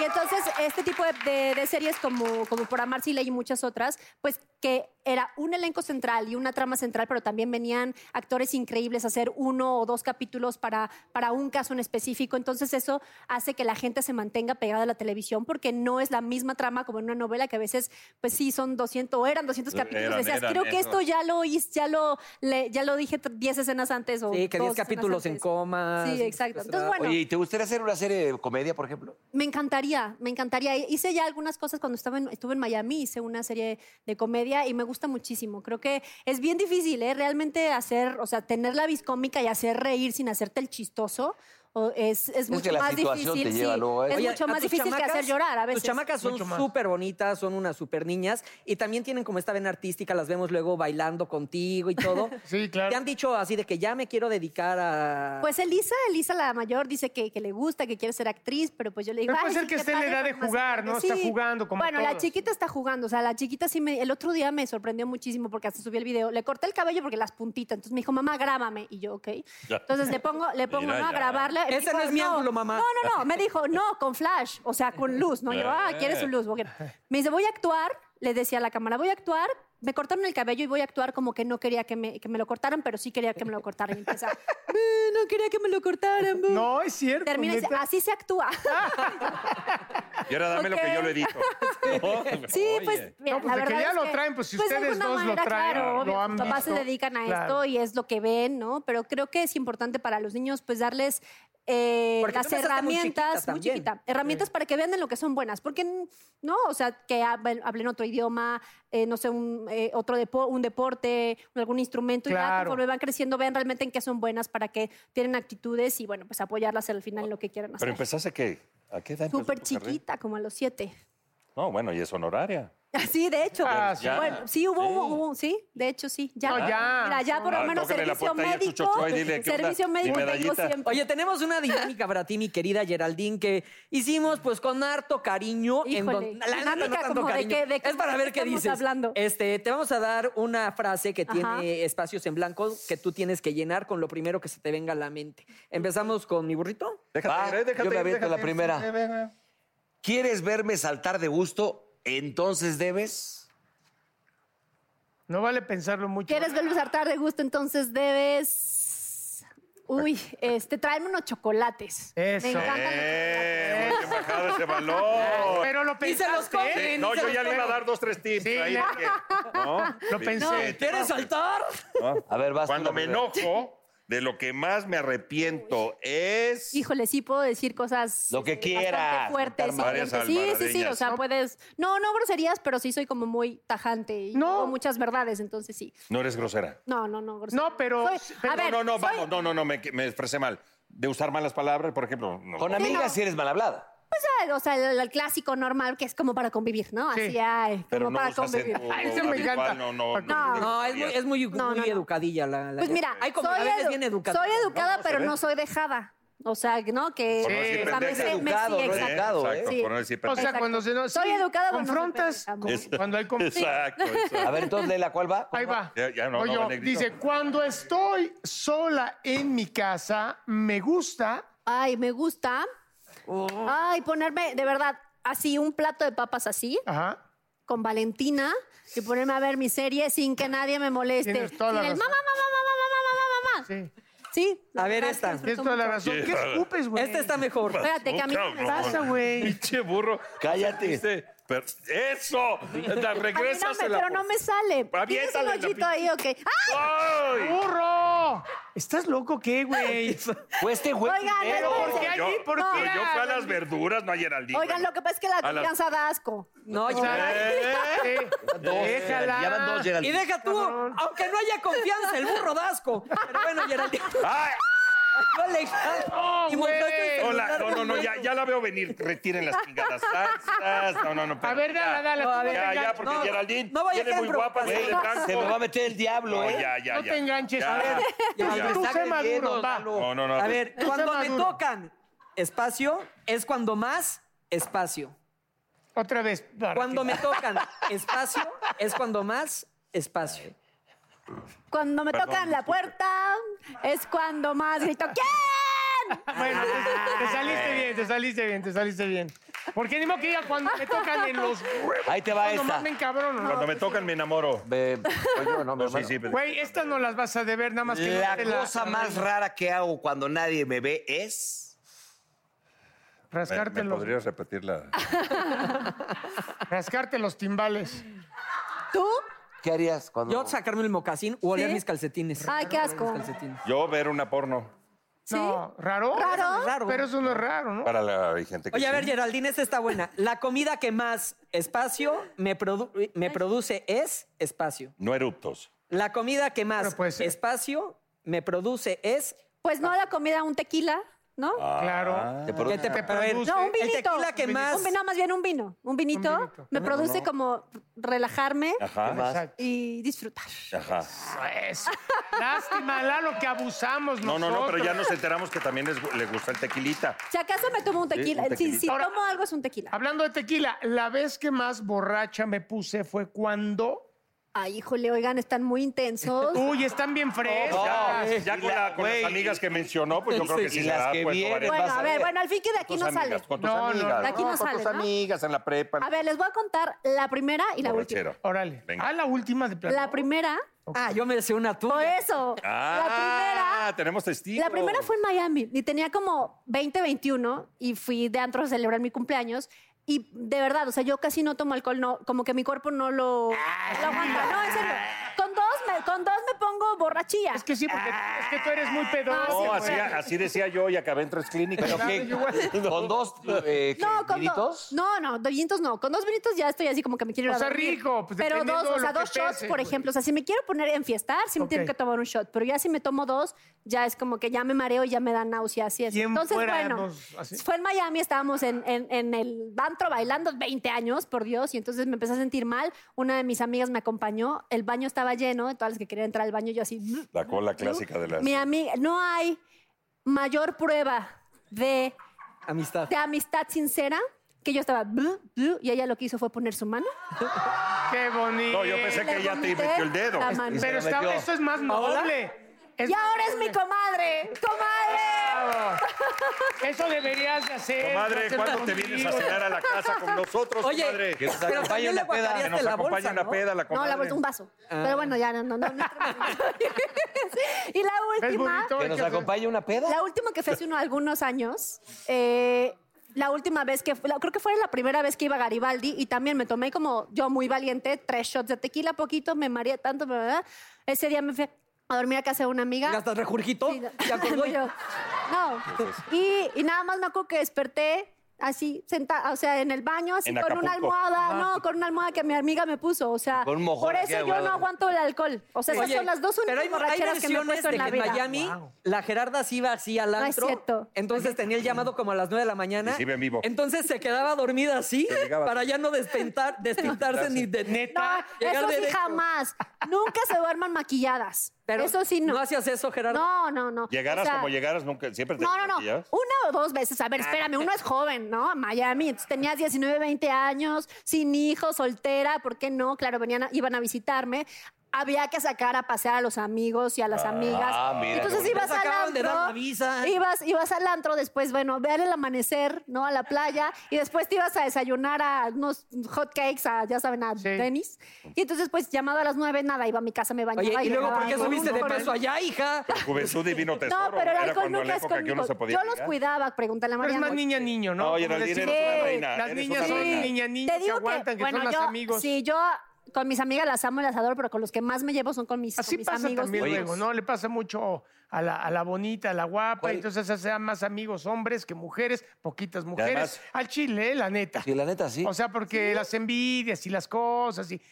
[SPEAKER 7] Y entonces este tipo de, de- de series como, como por Amar Sin Ley y muchas otras, pues que era un elenco central y una trama central, pero también venían actores increíbles a hacer uno o dos capítulos para, para un caso en específico. Entonces eso hace que la gente se mantenga pegada a la televisión porque no es la misma trama como en una novela que a veces, pues sí, son 200 o eran 200 capítulos.
[SPEAKER 4] Eran,
[SPEAKER 7] Decías,
[SPEAKER 4] eran,
[SPEAKER 7] creo que
[SPEAKER 4] eran".
[SPEAKER 7] esto ya lo, hice- ya lo, le- ya lo dije t- 10 escenas antes. O
[SPEAKER 5] Sí, que 10
[SPEAKER 7] dos escenas
[SPEAKER 5] capítulos en
[SPEAKER 7] antes".
[SPEAKER 5] coma.
[SPEAKER 7] Sí,
[SPEAKER 5] pues,
[SPEAKER 7] exacto.
[SPEAKER 5] ah,
[SPEAKER 7] Entonces, bueno.
[SPEAKER 2] Oye, ¿y te gustaría hacer una serie de comedia, por ejemplo?
[SPEAKER 7] Me encantaría, me encantaría. E-, Hice ya algunas cosas cuando estaba en- estuve en Miami, hice una serie de comedia y me gusta muchísimo. Creo que es bien difícil, ¿eh? Realmente hacer, o sea, tener la vis cómica y hacer reír sin hacerte el chistoso o es, es mucho
[SPEAKER 2] que la
[SPEAKER 7] más
[SPEAKER 2] situación
[SPEAKER 7] difícil.
[SPEAKER 2] te lleva
[SPEAKER 7] sí.
[SPEAKER 2] luego ¿eh? a
[SPEAKER 7] Es
[SPEAKER 2] eso.
[SPEAKER 5] Oye,
[SPEAKER 7] mucho
[SPEAKER 5] a
[SPEAKER 7] más
[SPEAKER 5] tus
[SPEAKER 7] difícil que
[SPEAKER 5] chamacas-
[SPEAKER 7] hacer llorar a veces.
[SPEAKER 5] Tus chamacas son
[SPEAKER 3] Mucho más.
[SPEAKER 5] súper bonitas, son unas súper niñas y también tienen como esta vena artística, las vemos luego bailando contigo y todo.
[SPEAKER 3] Sí, claro.
[SPEAKER 5] Te han dicho así de que ya me quiero dedicar a...
[SPEAKER 7] Pues Elisa, Elisa la mayor, dice que, que le gusta, que quiere ser actriz, pero pues yo le digo.
[SPEAKER 3] Pero puede
[SPEAKER 7] "Ay,
[SPEAKER 3] ser
[SPEAKER 7] sí,
[SPEAKER 3] que
[SPEAKER 7] qué
[SPEAKER 3] esté en la
[SPEAKER 7] padre,
[SPEAKER 3] edad de
[SPEAKER 7] pero más
[SPEAKER 3] jugar,
[SPEAKER 7] grande".
[SPEAKER 3] ¿no? Está jugando como
[SPEAKER 7] Bueno, la
[SPEAKER 3] todos.
[SPEAKER 7] chiquita está jugando, o sea, la chiquita sí me. El otro día me sorprendió muchísimo porque hasta subí el video. Le corté el cabello porque las puntitas. Entonces me dijo, mamá, grábame. Y yo, ok.
[SPEAKER 4] Ya.
[SPEAKER 7] Entonces le pongo, le pongo,
[SPEAKER 4] Mira,
[SPEAKER 7] no, a
[SPEAKER 4] ya.
[SPEAKER 7] grabarla. Y me
[SPEAKER 5] Ese no es mi ángulo, mamá.
[SPEAKER 7] No, no, no. Me dijo, no, con flash, o sea, con luz, ¿no? Yo, ah, quieres su luz. ok. Me dice, voy a actuar. Le decía a la cámara, voy a actuar. Me cortaron el cabello y voy a actuar como que no quería que me, que me lo cortaran, pero sí quería que me lo cortaran. Y empieza, "Eh, no quería que me lo cortaran. bu".
[SPEAKER 3] No, es cierto.
[SPEAKER 7] Termina y dice,
[SPEAKER 3] neta.
[SPEAKER 7] así se actúa.
[SPEAKER 4] Y ahora dame lo que yo
[SPEAKER 7] Ok.
[SPEAKER 4] lo edito. No,
[SPEAKER 7] sí, pues,
[SPEAKER 4] oye.
[SPEAKER 7] mira,
[SPEAKER 3] No, pues,
[SPEAKER 7] la
[SPEAKER 3] de que
[SPEAKER 7] verdad
[SPEAKER 3] ya
[SPEAKER 7] es
[SPEAKER 3] lo
[SPEAKER 7] que,
[SPEAKER 3] traen, pues, si
[SPEAKER 7] de
[SPEAKER 3] ustedes
[SPEAKER 7] alguna
[SPEAKER 3] dos lo traen,
[SPEAKER 7] Claro,
[SPEAKER 3] lo
[SPEAKER 7] obvio,
[SPEAKER 3] han
[SPEAKER 7] sus papás se
[SPEAKER 3] visto,
[SPEAKER 7] dedican a
[SPEAKER 3] claro.
[SPEAKER 7] esto y es lo que ven, ¿no? Pero creo que es importante para los niños, pues, darles eh,
[SPEAKER 5] Porque tú
[SPEAKER 7] las
[SPEAKER 5] empezaste muy
[SPEAKER 7] herramientas,
[SPEAKER 5] chiquita
[SPEAKER 7] muy
[SPEAKER 5] también.
[SPEAKER 7] chiquita, herramientas para que vean en lo que son buenas. Porque, ¿no? O sea, que hab- hablen otro idioma, eh, no sé, un, eh, otro depo- un deporte, algún instrumento. Y ya
[SPEAKER 3] Claro.
[SPEAKER 7] conforme van creciendo, vean realmente en qué son buenas para que tienen actitudes y, bueno, pues apoyarlas al final en lo que quieran hacer.
[SPEAKER 4] Pero empezaste qué? ¿A qué edad empezó
[SPEAKER 7] pues, Súper
[SPEAKER 4] tu carrera?
[SPEAKER 7] chiquita, como a los siete.
[SPEAKER 4] No, bueno, y es honoraria.
[SPEAKER 7] Sí, de hecho.
[SPEAKER 3] Ah,
[SPEAKER 4] sí.
[SPEAKER 7] Bueno, sí hubo,
[SPEAKER 4] Sí.
[SPEAKER 7] hubo, hubo, sí, de hecho sí. Ya,
[SPEAKER 3] No, ya.
[SPEAKER 7] Mira, ya por lo
[SPEAKER 4] Ah,
[SPEAKER 7] menos
[SPEAKER 4] tócale la
[SPEAKER 7] servicio
[SPEAKER 4] puerta ahí a tu
[SPEAKER 7] médico.
[SPEAKER 4] chocho y dile, ¿qué onda?
[SPEAKER 7] servicio
[SPEAKER 4] Mi
[SPEAKER 7] médico tengo
[SPEAKER 4] medallita.
[SPEAKER 7] siempre.
[SPEAKER 5] Oye, tenemos una dinámica para ti, mi querida Geraldine, que hicimos pues con harto cariño. en
[SPEAKER 7] Híjole,
[SPEAKER 5] don- la neta, no
[SPEAKER 7] dinámica
[SPEAKER 5] tanto
[SPEAKER 7] como de
[SPEAKER 5] cariño.
[SPEAKER 7] qué- de qué-
[SPEAKER 5] es para
[SPEAKER 7] de
[SPEAKER 5] ver
[SPEAKER 7] qué
[SPEAKER 5] qué
[SPEAKER 7] estamos
[SPEAKER 5] dices.
[SPEAKER 7] hablando.
[SPEAKER 5] Este, te vamos a dar una frase que
[SPEAKER 7] Ajá.
[SPEAKER 5] tiene espacios en blanco que tú tienes que llenar con lo primero que se te venga a la mente. Empezamos con mi burrito.
[SPEAKER 4] Déjate,
[SPEAKER 2] Va,
[SPEAKER 4] ir, eh, déjate
[SPEAKER 2] yo me
[SPEAKER 4] ir,
[SPEAKER 2] aviento la
[SPEAKER 4] déjate ir.
[SPEAKER 2] primera.
[SPEAKER 4] Sí, venga.
[SPEAKER 2] ¿Quieres verme saltar de gusto? Entonces debes.
[SPEAKER 3] No vale pensarlo mucho. ¿eh?
[SPEAKER 7] ¿Quieres verlos hartar de gusto? Entonces debes. Uy, este, tráeme unos chocolates.
[SPEAKER 3] Eso.
[SPEAKER 7] Me encantan los chocolates.
[SPEAKER 4] Eh, oye, bajado ese balón.
[SPEAKER 3] Pero lo
[SPEAKER 5] Y se los
[SPEAKER 3] pensaste,
[SPEAKER 5] come.
[SPEAKER 3] ¿eh?
[SPEAKER 4] No,
[SPEAKER 5] ni se
[SPEAKER 4] yo
[SPEAKER 5] los
[SPEAKER 4] ya le iba a dar dos, tres tips.
[SPEAKER 3] Sí,
[SPEAKER 4] ahí
[SPEAKER 3] le-
[SPEAKER 4] de que, ¿no?
[SPEAKER 3] Lo pensé.
[SPEAKER 5] ¿Quieres saltar?
[SPEAKER 4] ¿no?
[SPEAKER 2] A ver, vas tú
[SPEAKER 4] Cuando
[SPEAKER 2] la
[SPEAKER 4] me
[SPEAKER 2] primera.
[SPEAKER 4] enojo, de lo que más me arrepiento es.
[SPEAKER 7] Híjole, sí puedo decir cosas
[SPEAKER 2] Lo que
[SPEAKER 7] este,
[SPEAKER 2] quieras,
[SPEAKER 7] bastante fuertes.
[SPEAKER 2] Carmen.
[SPEAKER 4] Varias
[SPEAKER 7] hirientes. Sí, sí, sí, o
[SPEAKER 4] albardeñas.
[SPEAKER 7] sea, pues puedes... No, no groserías, pero sí soy como muy tajante y
[SPEAKER 3] No.
[SPEAKER 7] digo muchas verdades, entonces sí.
[SPEAKER 4] No eres grosera.
[SPEAKER 7] No, no, no, groserías.
[SPEAKER 3] No, pero-
[SPEAKER 7] Soy-
[SPEAKER 3] pero-
[SPEAKER 7] a ver,
[SPEAKER 4] no, no, no,
[SPEAKER 7] soy-
[SPEAKER 4] vamos, no, no, no, me, me expresé mal. De usar malas palabras, por ejemplo. no.
[SPEAKER 2] Con amigas
[SPEAKER 7] no.
[SPEAKER 2] si eres mal hablada.
[SPEAKER 7] O sea, el, el clásico normal que es como para convivir, ¿no?
[SPEAKER 3] Sí.
[SPEAKER 7] Así, ay, como
[SPEAKER 4] pero no
[SPEAKER 7] para
[SPEAKER 4] usas en
[SPEAKER 7] convivir.
[SPEAKER 4] tu
[SPEAKER 3] Ay, ese me
[SPEAKER 4] habitual,
[SPEAKER 3] encanta.
[SPEAKER 4] No, no,
[SPEAKER 7] No.
[SPEAKER 5] No, es muy, es muy,
[SPEAKER 7] No,
[SPEAKER 5] muy
[SPEAKER 7] no, no.
[SPEAKER 5] educadilla la, la
[SPEAKER 7] Pues mira,
[SPEAKER 5] Ay, como
[SPEAKER 7] soy,
[SPEAKER 5] la ves
[SPEAKER 7] edu-
[SPEAKER 5] bien educada.
[SPEAKER 7] soy educada,
[SPEAKER 4] No, se
[SPEAKER 7] pero
[SPEAKER 4] ve.
[SPEAKER 7] no soy dejada. O sea, ¿no? Que...
[SPEAKER 4] Por no decir
[SPEAKER 7] o sea, me
[SPEAKER 4] pendeja.
[SPEAKER 7] sé- me- sí,
[SPEAKER 2] Educado, ¿no?
[SPEAKER 7] exacto.
[SPEAKER 2] Educado.
[SPEAKER 4] Exacto,
[SPEAKER 7] ¿eh?
[SPEAKER 4] por no decir
[SPEAKER 3] O sea,
[SPEAKER 4] pendeja.
[SPEAKER 3] cuando se no,
[SPEAKER 7] Soy
[SPEAKER 3] sí,
[SPEAKER 7] educada, pero no soy
[SPEAKER 3] confrontas
[SPEAKER 7] pendeja, amor.
[SPEAKER 3] cu- cuando hay conflicto.
[SPEAKER 4] Exacto, exacto.
[SPEAKER 2] A ver, entonces lee la cual va.
[SPEAKER 3] Ahí va.
[SPEAKER 4] Ya- ya no,
[SPEAKER 3] Voy
[SPEAKER 4] no,
[SPEAKER 3] yo.
[SPEAKER 4] negrito.
[SPEAKER 3] dice, cuando estoy sola en mi casa, me gusta.
[SPEAKER 7] Ay, me gusta.
[SPEAKER 5] Oh.
[SPEAKER 7] Ay, ponerme, de verdad, así un plato de papas así.
[SPEAKER 3] Ajá.
[SPEAKER 7] con Valentina y ponerme a ver mi serie sin que nadie me moleste.
[SPEAKER 3] Tienes toda la
[SPEAKER 7] Sin el
[SPEAKER 3] razón.
[SPEAKER 7] mamá, mamá, mamá, mamá, mamá, mamá, mamá.
[SPEAKER 3] Sí.
[SPEAKER 7] Sí. la
[SPEAKER 5] A ver
[SPEAKER 7] verdad es que
[SPEAKER 5] esta.
[SPEAKER 7] disfruto
[SPEAKER 3] Tienes toda la
[SPEAKER 7] mucho.
[SPEAKER 3] razón. ¿Qué escupes, güey?
[SPEAKER 5] Esta Este está mejor.
[SPEAKER 7] Espérate, que a mí no me
[SPEAKER 4] Cabrón.
[SPEAKER 7] pasa.
[SPEAKER 3] pasa, güey?
[SPEAKER 4] Pinche burro.
[SPEAKER 2] Cállate.
[SPEAKER 4] Este, pero- ¡Eso! La
[SPEAKER 7] A mí no me-
[SPEAKER 4] regrésasela,
[SPEAKER 7] pero
[SPEAKER 4] por
[SPEAKER 7] no me sale. Tienes un
[SPEAKER 4] pues. Aviéntale la
[SPEAKER 7] hoyito
[SPEAKER 4] pinche-
[SPEAKER 7] ahí, ok. ¡Ah!
[SPEAKER 4] ¡Ay!
[SPEAKER 3] ¡Burro! No, ¿estás loco qué, güey?
[SPEAKER 2] Pues este güey.
[SPEAKER 7] Oigan,
[SPEAKER 3] Pero
[SPEAKER 7] no,
[SPEAKER 3] ¿por qué
[SPEAKER 7] no,
[SPEAKER 3] allí? ¿Por
[SPEAKER 7] no.
[SPEAKER 3] qué?
[SPEAKER 4] Yo fui a las verduras, no a Geraldine.
[SPEAKER 7] Oigan, lo que pasa es que la
[SPEAKER 4] A las-
[SPEAKER 7] confianza da asco.
[SPEAKER 5] No,
[SPEAKER 3] O sea, sí.
[SPEAKER 2] Dos,
[SPEAKER 3] Déjala.
[SPEAKER 2] Ya van dos, Geraldine.
[SPEAKER 5] Y deja tú,
[SPEAKER 3] Cabrón.
[SPEAKER 5] aunque no haya confianza, el burro dasco. Pero bueno, Geraldine.
[SPEAKER 4] ¡Ay!
[SPEAKER 5] No le no,
[SPEAKER 3] güey.
[SPEAKER 4] Hola, no, no, no, ya, ya la veo venir. Retiren las chingadas salsas. No, no, no.
[SPEAKER 3] A ver, dala, dala.
[SPEAKER 5] No,
[SPEAKER 3] tú
[SPEAKER 5] a ver,
[SPEAKER 3] te
[SPEAKER 4] Ya, ya,
[SPEAKER 3] enganches.
[SPEAKER 4] porque
[SPEAKER 5] No,
[SPEAKER 4] Geraldine
[SPEAKER 5] no vaya a
[SPEAKER 4] viene muy
[SPEAKER 5] quedar
[SPEAKER 4] guapa, se
[SPEAKER 2] Güey,
[SPEAKER 4] ve blanco.
[SPEAKER 2] se lo va a meter el diablo,
[SPEAKER 4] No,
[SPEAKER 2] ¿eh?
[SPEAKER 4] ya, ya,
[SPEAKER 3] No
[SPEAKER 4] ya.
[SPEAKER 3] te enganches.
[SPEAKER 4] Ya.
[SPEAKER 3] A ver,
[SPEAKER 5] Ya,
[SPEAKER 3] tú-
[SPEAKER 5] ya.
[SPEAKER 3] tú sé
[SPEAKER 2] Está
[SPEAKER 3] maduro,
[SPEAKER 2] creyendo,
[SPEAKER 3] va.
[SPEAKER 2] Lalo.
[SPEAKER 4] No, no, no.
[SPEAKER 5] A ver,
[SPEAKER 3] Tú sé
[SPEAKER 5] cuando me
[SPEAKER 3] maduro.
[SPEAKER 5] tocan espacio, es cuando más espacio.
[SPEAKER 3] Otra vez. para
[SPEAKER 5] Cuando
[SPEAKER 3] que-
[SPEAKER 5] me tocan espacio, es cuando más espacio.
[SPEAKER 7] Cuando me
[SPEAKER 4] Perdón,
[SPEAKER 7] tocan la
[SPEAKER 4] disculpe.
[SPEAKER 7] puerta, es cuando más grito, ¿quién?
[SPEAKER 3] Bueno, pues, te, te saliste bien, te saliste bien, te saliste bien. Porque ni modo que diga cuando me tocan en los huevos.
[SPEAKER 2] Ahí te va
[SPEAKER 3] No
[SPEAKER 2] esta.
[SPEAKER 3] mames, cabrón. ¿o no?
[SPEAKER 4] Cuando me tocan, me enamoro.
[SPEAKER 2] Ve, pues yo no, mi
[SPEAKER 4] Sí,
[SPEAKER 2] hermano.
[SPEAKER 4] sí, pero-
[SPEAKER 3] Güey, estas no las vas a deber, nada más que... no
[SPEAKER 2] La
[SPEAKER 3] te
[SPEAKER 2] cosa más rara que hago cuando nadie me ve es.
[SPEAKER 4] ¿Me- ¿Me,
[SPEAKER 3] Rascártelo.
[SPEAKER 4] podrías repetir la...?
[SPEAKER 3] Rascarte los timbales.
[SPEAKER 7] ¿Tú?
[SPEAKER 2] ¿Qué harías cuando.?
[SPEAKER 5] Yo sacarme el mocasín o oler
[SPEAKER 7] ¿Sí?
[SPEAKER 5] mis calcetines.
[SPEAKER 7] Ay, qué asco.
[SPEAKER 5] Mis calcetines.
[SPEAKER 4] Yo ver una porno
[SPEAKER 7] ¿Sí?
[SPEAKER 3] No, ¿raro?
[SPEAKER 7] ¿Raro?
[SPEAKER 5] Raro.
[SPEAKER 3] Pero eso no es raro, ¿no?
[SPEAKER 4] para la hay gente que
[SPEAKER 5] Oye, a
[SPEAKER 4] sí.
[SPEAKER 5] ver, Geraldine, esta está buena. La comida que más espacio me, produ- me produce es espacio.
[SPEAKER 4] No eruptos.
[SPEAKER 5] La comida que más
[SPEAKER 3] Pero puede ser.
[SPEAKER 5] espacio me produce es...
[SPEAKER 7] Pues no la comida, un tequila, ¿no?
[SPEAKER 4] Ah,
[SPEAKER 3] Claro.
[SPEAKER 2] Te
[SPEAKER 5] ¿Qué
[SPEAKER 2] produce-
[SPEAKER 5] te
[SPEAKER 3] Pero
[SPEAKER 5] produce?
[SPEAKER 4] pues
[SPEAKER 3] produce-
[SPEAKER 7] No, un
[SPEAKER 5] El
[SPEAKER 7] vinito.
[SPEAKER 5] tequila que
[SPEAKER 7] Un
[SPEAKER 5] más...
[SPEAKER 7] vino, no, más bien un vino. Un vinito,
[SPEAKER 3] vinito.
[SPEAKER 4] Ah,
[SPEAKER 7] me produce como relajarme
[SPEAKER 2] ¿Qué
[SPEAKER 4] Ajá,
[SPEAKER 2] más?
[SPEAKER 3] Exacto.
[SPEAKER 7] y disfrutar.
[SPEAKER 4] ajá.
[SPEAKER 3] Eso. Lástima, Lalo, que abusamos
[SPEAKER 4] No,
[SPEAKER 3] nosotros.
[SPEAKER 4] no, no, pero ya nos enteramos que también les, gu- le gusta el tequilita.
[SPEAKER 7] Si acaso me tomo un tequila,
[SPEAKER 2] un
[SPEAKER 7] si, si
[SPEAKER 3] Ahora-
[SPEAKER 7] tomo algo es un
[SPEAKER 4] Ah.
[SPEAKER 7] tequila.
[SPEAKER 3] Hablando de tequila, la vez que más borracha me puse fue cuando...
[SPEAKER 7] Ay, híjole, oigan, están muy intensos.
[SPEAKER 3] Uy, están bien frescas.
[SPEAKER 4] Oh, Ya, ya
[SPEAKER 2] y
[SPEAKER 4] con,
[SPEAKER 2] la-
[SPEAKER 4] la- con
[SPEAKER 2] güey,
[SPEAKER 4] las amigas que mencionó, pues yo creo que
[SPEAKER 2] y
[SPEAKER 4] sí se
[SPEAKER 2] las
[SPEAKER 4] da
[SPEAKER 2] que
[SPEAKER 4] cuenta
[SPEAKER 2] vienen,
[SPEAKER 4] varias-
[SPEAKER 7] bueno,
[SPEAKER 2] vas a
[SPEAKER 7] a ver,
[SPEAKER 2] ver.
[SPEAKER 7] bueno, al fin que de aquí
[SPEAKER 4] Con
[SPEAKER 7] no
[SPEAKER 4] tus amigas,
[SPEAKER 7] sale.
[SPEAKER 4] Con tus
[SPEAKER 3] No, no,
[SPEAKER 4] amigas.
[SPEAKER 3] de
[SPEAKER 7] aquí no
[SPEAKER 4] con tus
[SPEAKER 7] sale, ¿no?
[SPEAKER 4] amigas en la prepa.
[SPEAKER 7] A ver, les voy a contar la primera y la última.
[SPEAKER 4] borrachera.
[SPEAKER 3] Órale.
[SPEAKER 4] Venga.
[SPEAKER 3] Ah, la última de plata.
[SPEAKER 7] La primera,
[SPEAKER 5] Ah, yo me sé una
[SPEAKER 7] por
[SPEAKER 5] tuya.
[SPEAKER 7] eso. la
[SPEAKER 4] Ah,
[SPEAKER 7] primera
[SPEAKER 4] tenemos testigos.
[SPEAKER 7] La primera fue en Miami y tenía como 20, 21 y fui de antro a celebrar mi cumpleaños. Y de verdad, o sea, yo casi no tomo alcohol, no, como que mi cuerpo no lo, lo aguanta. No, en serio. Con dos me, con dos me pongo borrachilla.
[SPEAKER 3] Es que sí, porque es que tú eres muy pedo.
[SPEAKER 4] No,
[SPEAKER 7] pues.
[SPEAKER 4] así, así decía yo y acabé en tres clínicas.
[SPEAKER 2] Pero
[SPEAKER 3] Claro,
[SPEAKER 2] qué-
[SPEAKER 3] yo igual.
[SPEAKER 2] ¿Con dos eh,
[SPEAKER 7] no, con
[SPEAKER 2] qué,
[SPEAKER 7] dos.
[SPEAKER 2] vinitos?
[SPEAKER 7] No, no, dos vinitos no. Con dos vinitos ya estoy así como que me quiero ir
[SPEAKER 3] O
[SPEAKER 7] a
[SPEAKER 3] sea,
[SPEAKER 7] dormir.
[SPEAKER 3] rico, pues,
[SPEAKER 7] pero dos,
[SPEAKER 3] dependiendo
[SPEAKER 7] o
[SPEAKER 3] de
[SPEAKER 7] sea,
[SPEAKER 3] lo que
[SPEAKER 7] dos shots,
[SPEAKER 3] pese,
[SPEAKER 7] por
[SPEAKER 3] güey.
[SPEAKER 7] ejemplo. O sea, si me quiero poner a enfiestar, sí me
[SPEAKER 3] Ok.
[SPEAKER 7] tengo que tomar un shot. Pero ya si me tomo dos, ya es como que ya me mareo y ya me da náusea. Así es.
[SPEAKER 3] ¿Quién
[SPEAKER 7] Entonces, bueno,
[SPEAKER 3] fuéramos así?
[SPEAKER 7] fue en Miami, estábamos en, en- en el antro bailando 20 años, por Dios. Y entonces me empecé a sentir mal. Una de mis amigas me acompañó. El baño estaba lleno. de Todas las que querían entrar al baño, yo así... "Mm".
[SPEAKER 4] La cola clásica de las...
[SPEAKER 7] Mi amiga, no hay mayor prueba de
[SPEAKER 5] Amistad.
[SPEAKER 7] de amistad sincera que yo estaba "Blu, blu", y ella lo que hizo fue poner su mano.
[SPEAKER 3] Qué bonito.
[SPEAKER 4] No, yo pensé que
[SPEAKER 7] Le
[SPEAKER 4] ella te
[SPEAKER 7] vomité
[SPEAKER 4] metió el dedo.
[SPEAKER 7] la mano.
[SPEAKER 3] Pero
[SPEAKER 2] Se la
[SPEAKER 3] está,
[SPEAKER 2] metió.
[SPEAKER 3] esto es más
[SPEAKER 5] ¿Paola?
[SPEAKER 3] noble. Es Ah,
[SPEAKER 7] Y
[SPEAKER 3] más
[SPEAKER 7] ahora es mi
[SPEAKER 3] noble.
[SPEAKER 7] comadre, comadre.
[SPEAKER 3] Bravo. Eso deberías de hacer.
[SPEAKER 4] Comadre,
[SPEAKER 3] hacerlo
[SPEAKER 4] ¿cuándo te
[SPEAKER 3] contigo.
[SPEAKER 4] vienes a cenar a la casa con nosotros,
[SPEAKER 5] Oye,
[SPEAKER 4] comadre?
[SPEAKER 2] Que nos
[SPEAKER 5] Pero
[SPEAKER 2] acompañe
[SPEAKER 5] también le
[SPEAKER 2] una peda.
[SPEAKER 4] Que
[SPEAKER 5] guacareaste
[SPEAKER 4] nos
[SPEAKER 5] la
[SPEAKER 4] acompañe
[SPEAKER 5] bolsa,
[SPEAKER 4] una
[SPEAKER 5] ¿no?
[SPEAKER 4] peda, la
[SPEAKER 7] No,
[SPEAKER 4] comadre.
[SPEAKER 7] la vuelta un vaso.
[SPEAKER 3] Ah.
[SPEAKER 7] Pero bueno, ya no, no, no. no. y la
[SPEAKER 3] Es
[SPEAKER 7] última,
[SPEAKER 3] bonito.
[SPEAKER 2] ¿Que
[SPEAKER 3] hay
[SPEAKER 2] nos
[SPEAKER 3] que hacer-
[SPEAKER 2] acompañe una peda?
[SPEAKER 7] la última que fue hace unos algunos años, eh, la última vez que, la- creo que fue la primera vez que iba a Garibaldi y también me tomé como yo muy valiente, tres shots de tequila, poquito, me mareé tanto, ¿verdad? Ese día me fui a dormir a casa de una amiga.
[SPEAKER 5] ¿Gastas rejurgito?
[SPEAKER 7] Sí, no.
[SPEAKER 5] ¿Te acordó?
[SPEAKER 7] Yo, no. Y, y nada más me acuerdo que desperté así, sentada, o sea, en el baño, así
[SPEAKER 4] En
[SPEAKER 7] con una
[SPEAKER 4] Acapulco.
[SPEAKER 7] almohada, no, con una almohada que mi amiga me puso, o sea,
[SPEAKER 2] Con un mojón
[SPEAKER 7] por
[SPEAKER 2] aquí
[SPEAKER 7] eso yo no
[SPEAKER 2] aguado.
[SPEAKER 7] aguanto el alcohol. O sea,
[SPEAKER 5] Oye,
[SPEAKER 7] esas son las dos
[SPEAKER 5] pero hay,
[SPEAKER 7] únicas
[SPEAKER 5] hay
[SPEAKER 7] borracheras que me he
[SPEAKER 5] versiones
[SPEAKER 7] puesto
[SPEAKER 5] de
[SPEAKER 7] en la
[SPEAKER 5] que en
[SPEAKER 7] vida.
[SPEAKER 5] Miami la Gerarda sí iba así al
[SPEAKER 7] No es
[SPEAKER 5] antro.
[SPEAKER 7] cierto.
[SPEAKER 5] Entonces tenía el llamado como a las 9 de la mañana.
[SPEAKER 4] Y sí, ven vivo.
[SPEAKER 5] Entonces se quedaba dormida así
[SPEAKER 4] Te ligaba.
[SPEAKER 5] para ya no despentar, despintarse ni de
[SPEAKER 7] No,
[SPEAKER 5] neta. llegar
[SPEAKER 7] Ah, eso sí
[SPEAKER 5] derecho.
[SPEAKER 7] jamás. Nunca se duerman maquilladas.
[SPEAKER 5] Pero
[SPEAKER 7] eso sí no.
[SPEAKER 5] No hacías eso, Gerarda.
[SPEAKER 7] No, no, no.
[SPEAKER 4] Llegaras
[SPEAKER 7] O sea,
[SPEAKER 4] como llegaras, nunca, siempre te
[SPEAKER 7] No, no, no.
[SPEAKER 4] maquillas.
[SPEAKER 7] Una o dos veces. A ver, espérame, uno es joven, ¿no? Miami. Entonces tenías 19, 20 años, sin hijos, soltera, ¿por qué no? Claro, venían, a- iban a visitarme. Había que sacar a pasear a los amigos y a las amigas.
[SPEAKER 2] ah, mira,
[SPEAKER 7] Entonces
[SPEAKER 2] qué bonito.
[SPEAKER 7] ibas
[SPEAKER 5] Les
[SPEAKER 7] al
[SPEAKER 5] acaban
[SPEAKER 7] antro.
[SPEAKER 5] de dar la visa.
[SPEAKER 7] Ibas, ibas al antro, después, bueno, ver el amanecer, ¿no? A la playa. Y después te ibas a desayunar a unos hot cakes, a, ya saben, a tenis. Y entonces, pues, llamado a las nueve, nada, iba a mi casa, me bañaba.
[SPEAKER 5] Oye, y luego,
[SPEAKER 7] llegaba
[SPEAKER 5] ¿por qué
[SPEAKER 7] con
[SPEAKER 5] subiste
[SPEAKER 7] un-
[SPEAKER 5] de
[SPEAKER 7] con
[SPEAKER 5] peso
[SPEAKER 7] un-
[SPEAKER 5] allá, hija?
[SPEAKER 4] Juventud divino tesoro.
[SPEAKER 7] no, pero el
[SPEAKER 4] Era
[SPEAKER 7] alcohol
[SPEAKER 4] cuando
[SPEAKER 7] nunca
[SPEAKER 4] la
[SPEAKER 7] es
[SPEAKER 4] época que uno
[SPEAKER 7] conmigo.
[SPEAKER 4] se podía
[SPEAKER 7] Yo los
[SPEAKER 4] ligar.
[SPEAKER 7] cuidaba, pregúntale a
[SPEAKER 3] Pero es
[SPEAKER 7] María.
[SPEAKER 3] más niña, niño, ¿no?
[SPEAKER 4] No,
[SPEAKER 3] Como
[SPEAKER 4] Geraldine,
[SPEAKER 3] decimos,
[SPEAKER 4] eres una
[SPEAKER 7] Sí.
[SPEAKER 4] reina.
[SPEAKER 3] Las
[SPEAKER 4] eres
[SPEAKER 3] niñas
[SPEAKER 4] una
[SPEAKER 3] son
[SPEAKER 4] reina.
[SPEAKER 3] niña, niña,
[SPEAKER 7] Te
[SPEAKER 3] que
[SPEAKER 7] digo que,
[SPEAKER 3] aguantan, que,
[SPEAKER 7] bueno,
[SPEAKER 3] son
[SPEAKER 7] yo,
[SPEAKER 3] las amigos.
[SPEAKER 7] sí, yo con mis amigas las amo y las adoro, pero con los que más me llevo son con mis, con
[SPEAKER 3] Así
[SPEAKER 7] mis
[SPEAKER 3] pasa
[SPEAKER 7] amigos.
[SPEAKER 3] también
[SPEAKER 2] Oye,
[SPEAKER 3] luego, ¿no? Le pasa mucho a la, a la bonita, a la guapa,
[SPEAKER 2] Oye.
[SPEAKER 3] entonces se hacen más amigos hombres que mujeres, poquitas mujeres.
[SPEAKER 2] además-
[SPEAKER 3] Al chile, eh, la neta.
[SPEAKER 2] Sí, la neta, sí.
[SPEAKER 3] O sea, porque las envidias y las cosas y...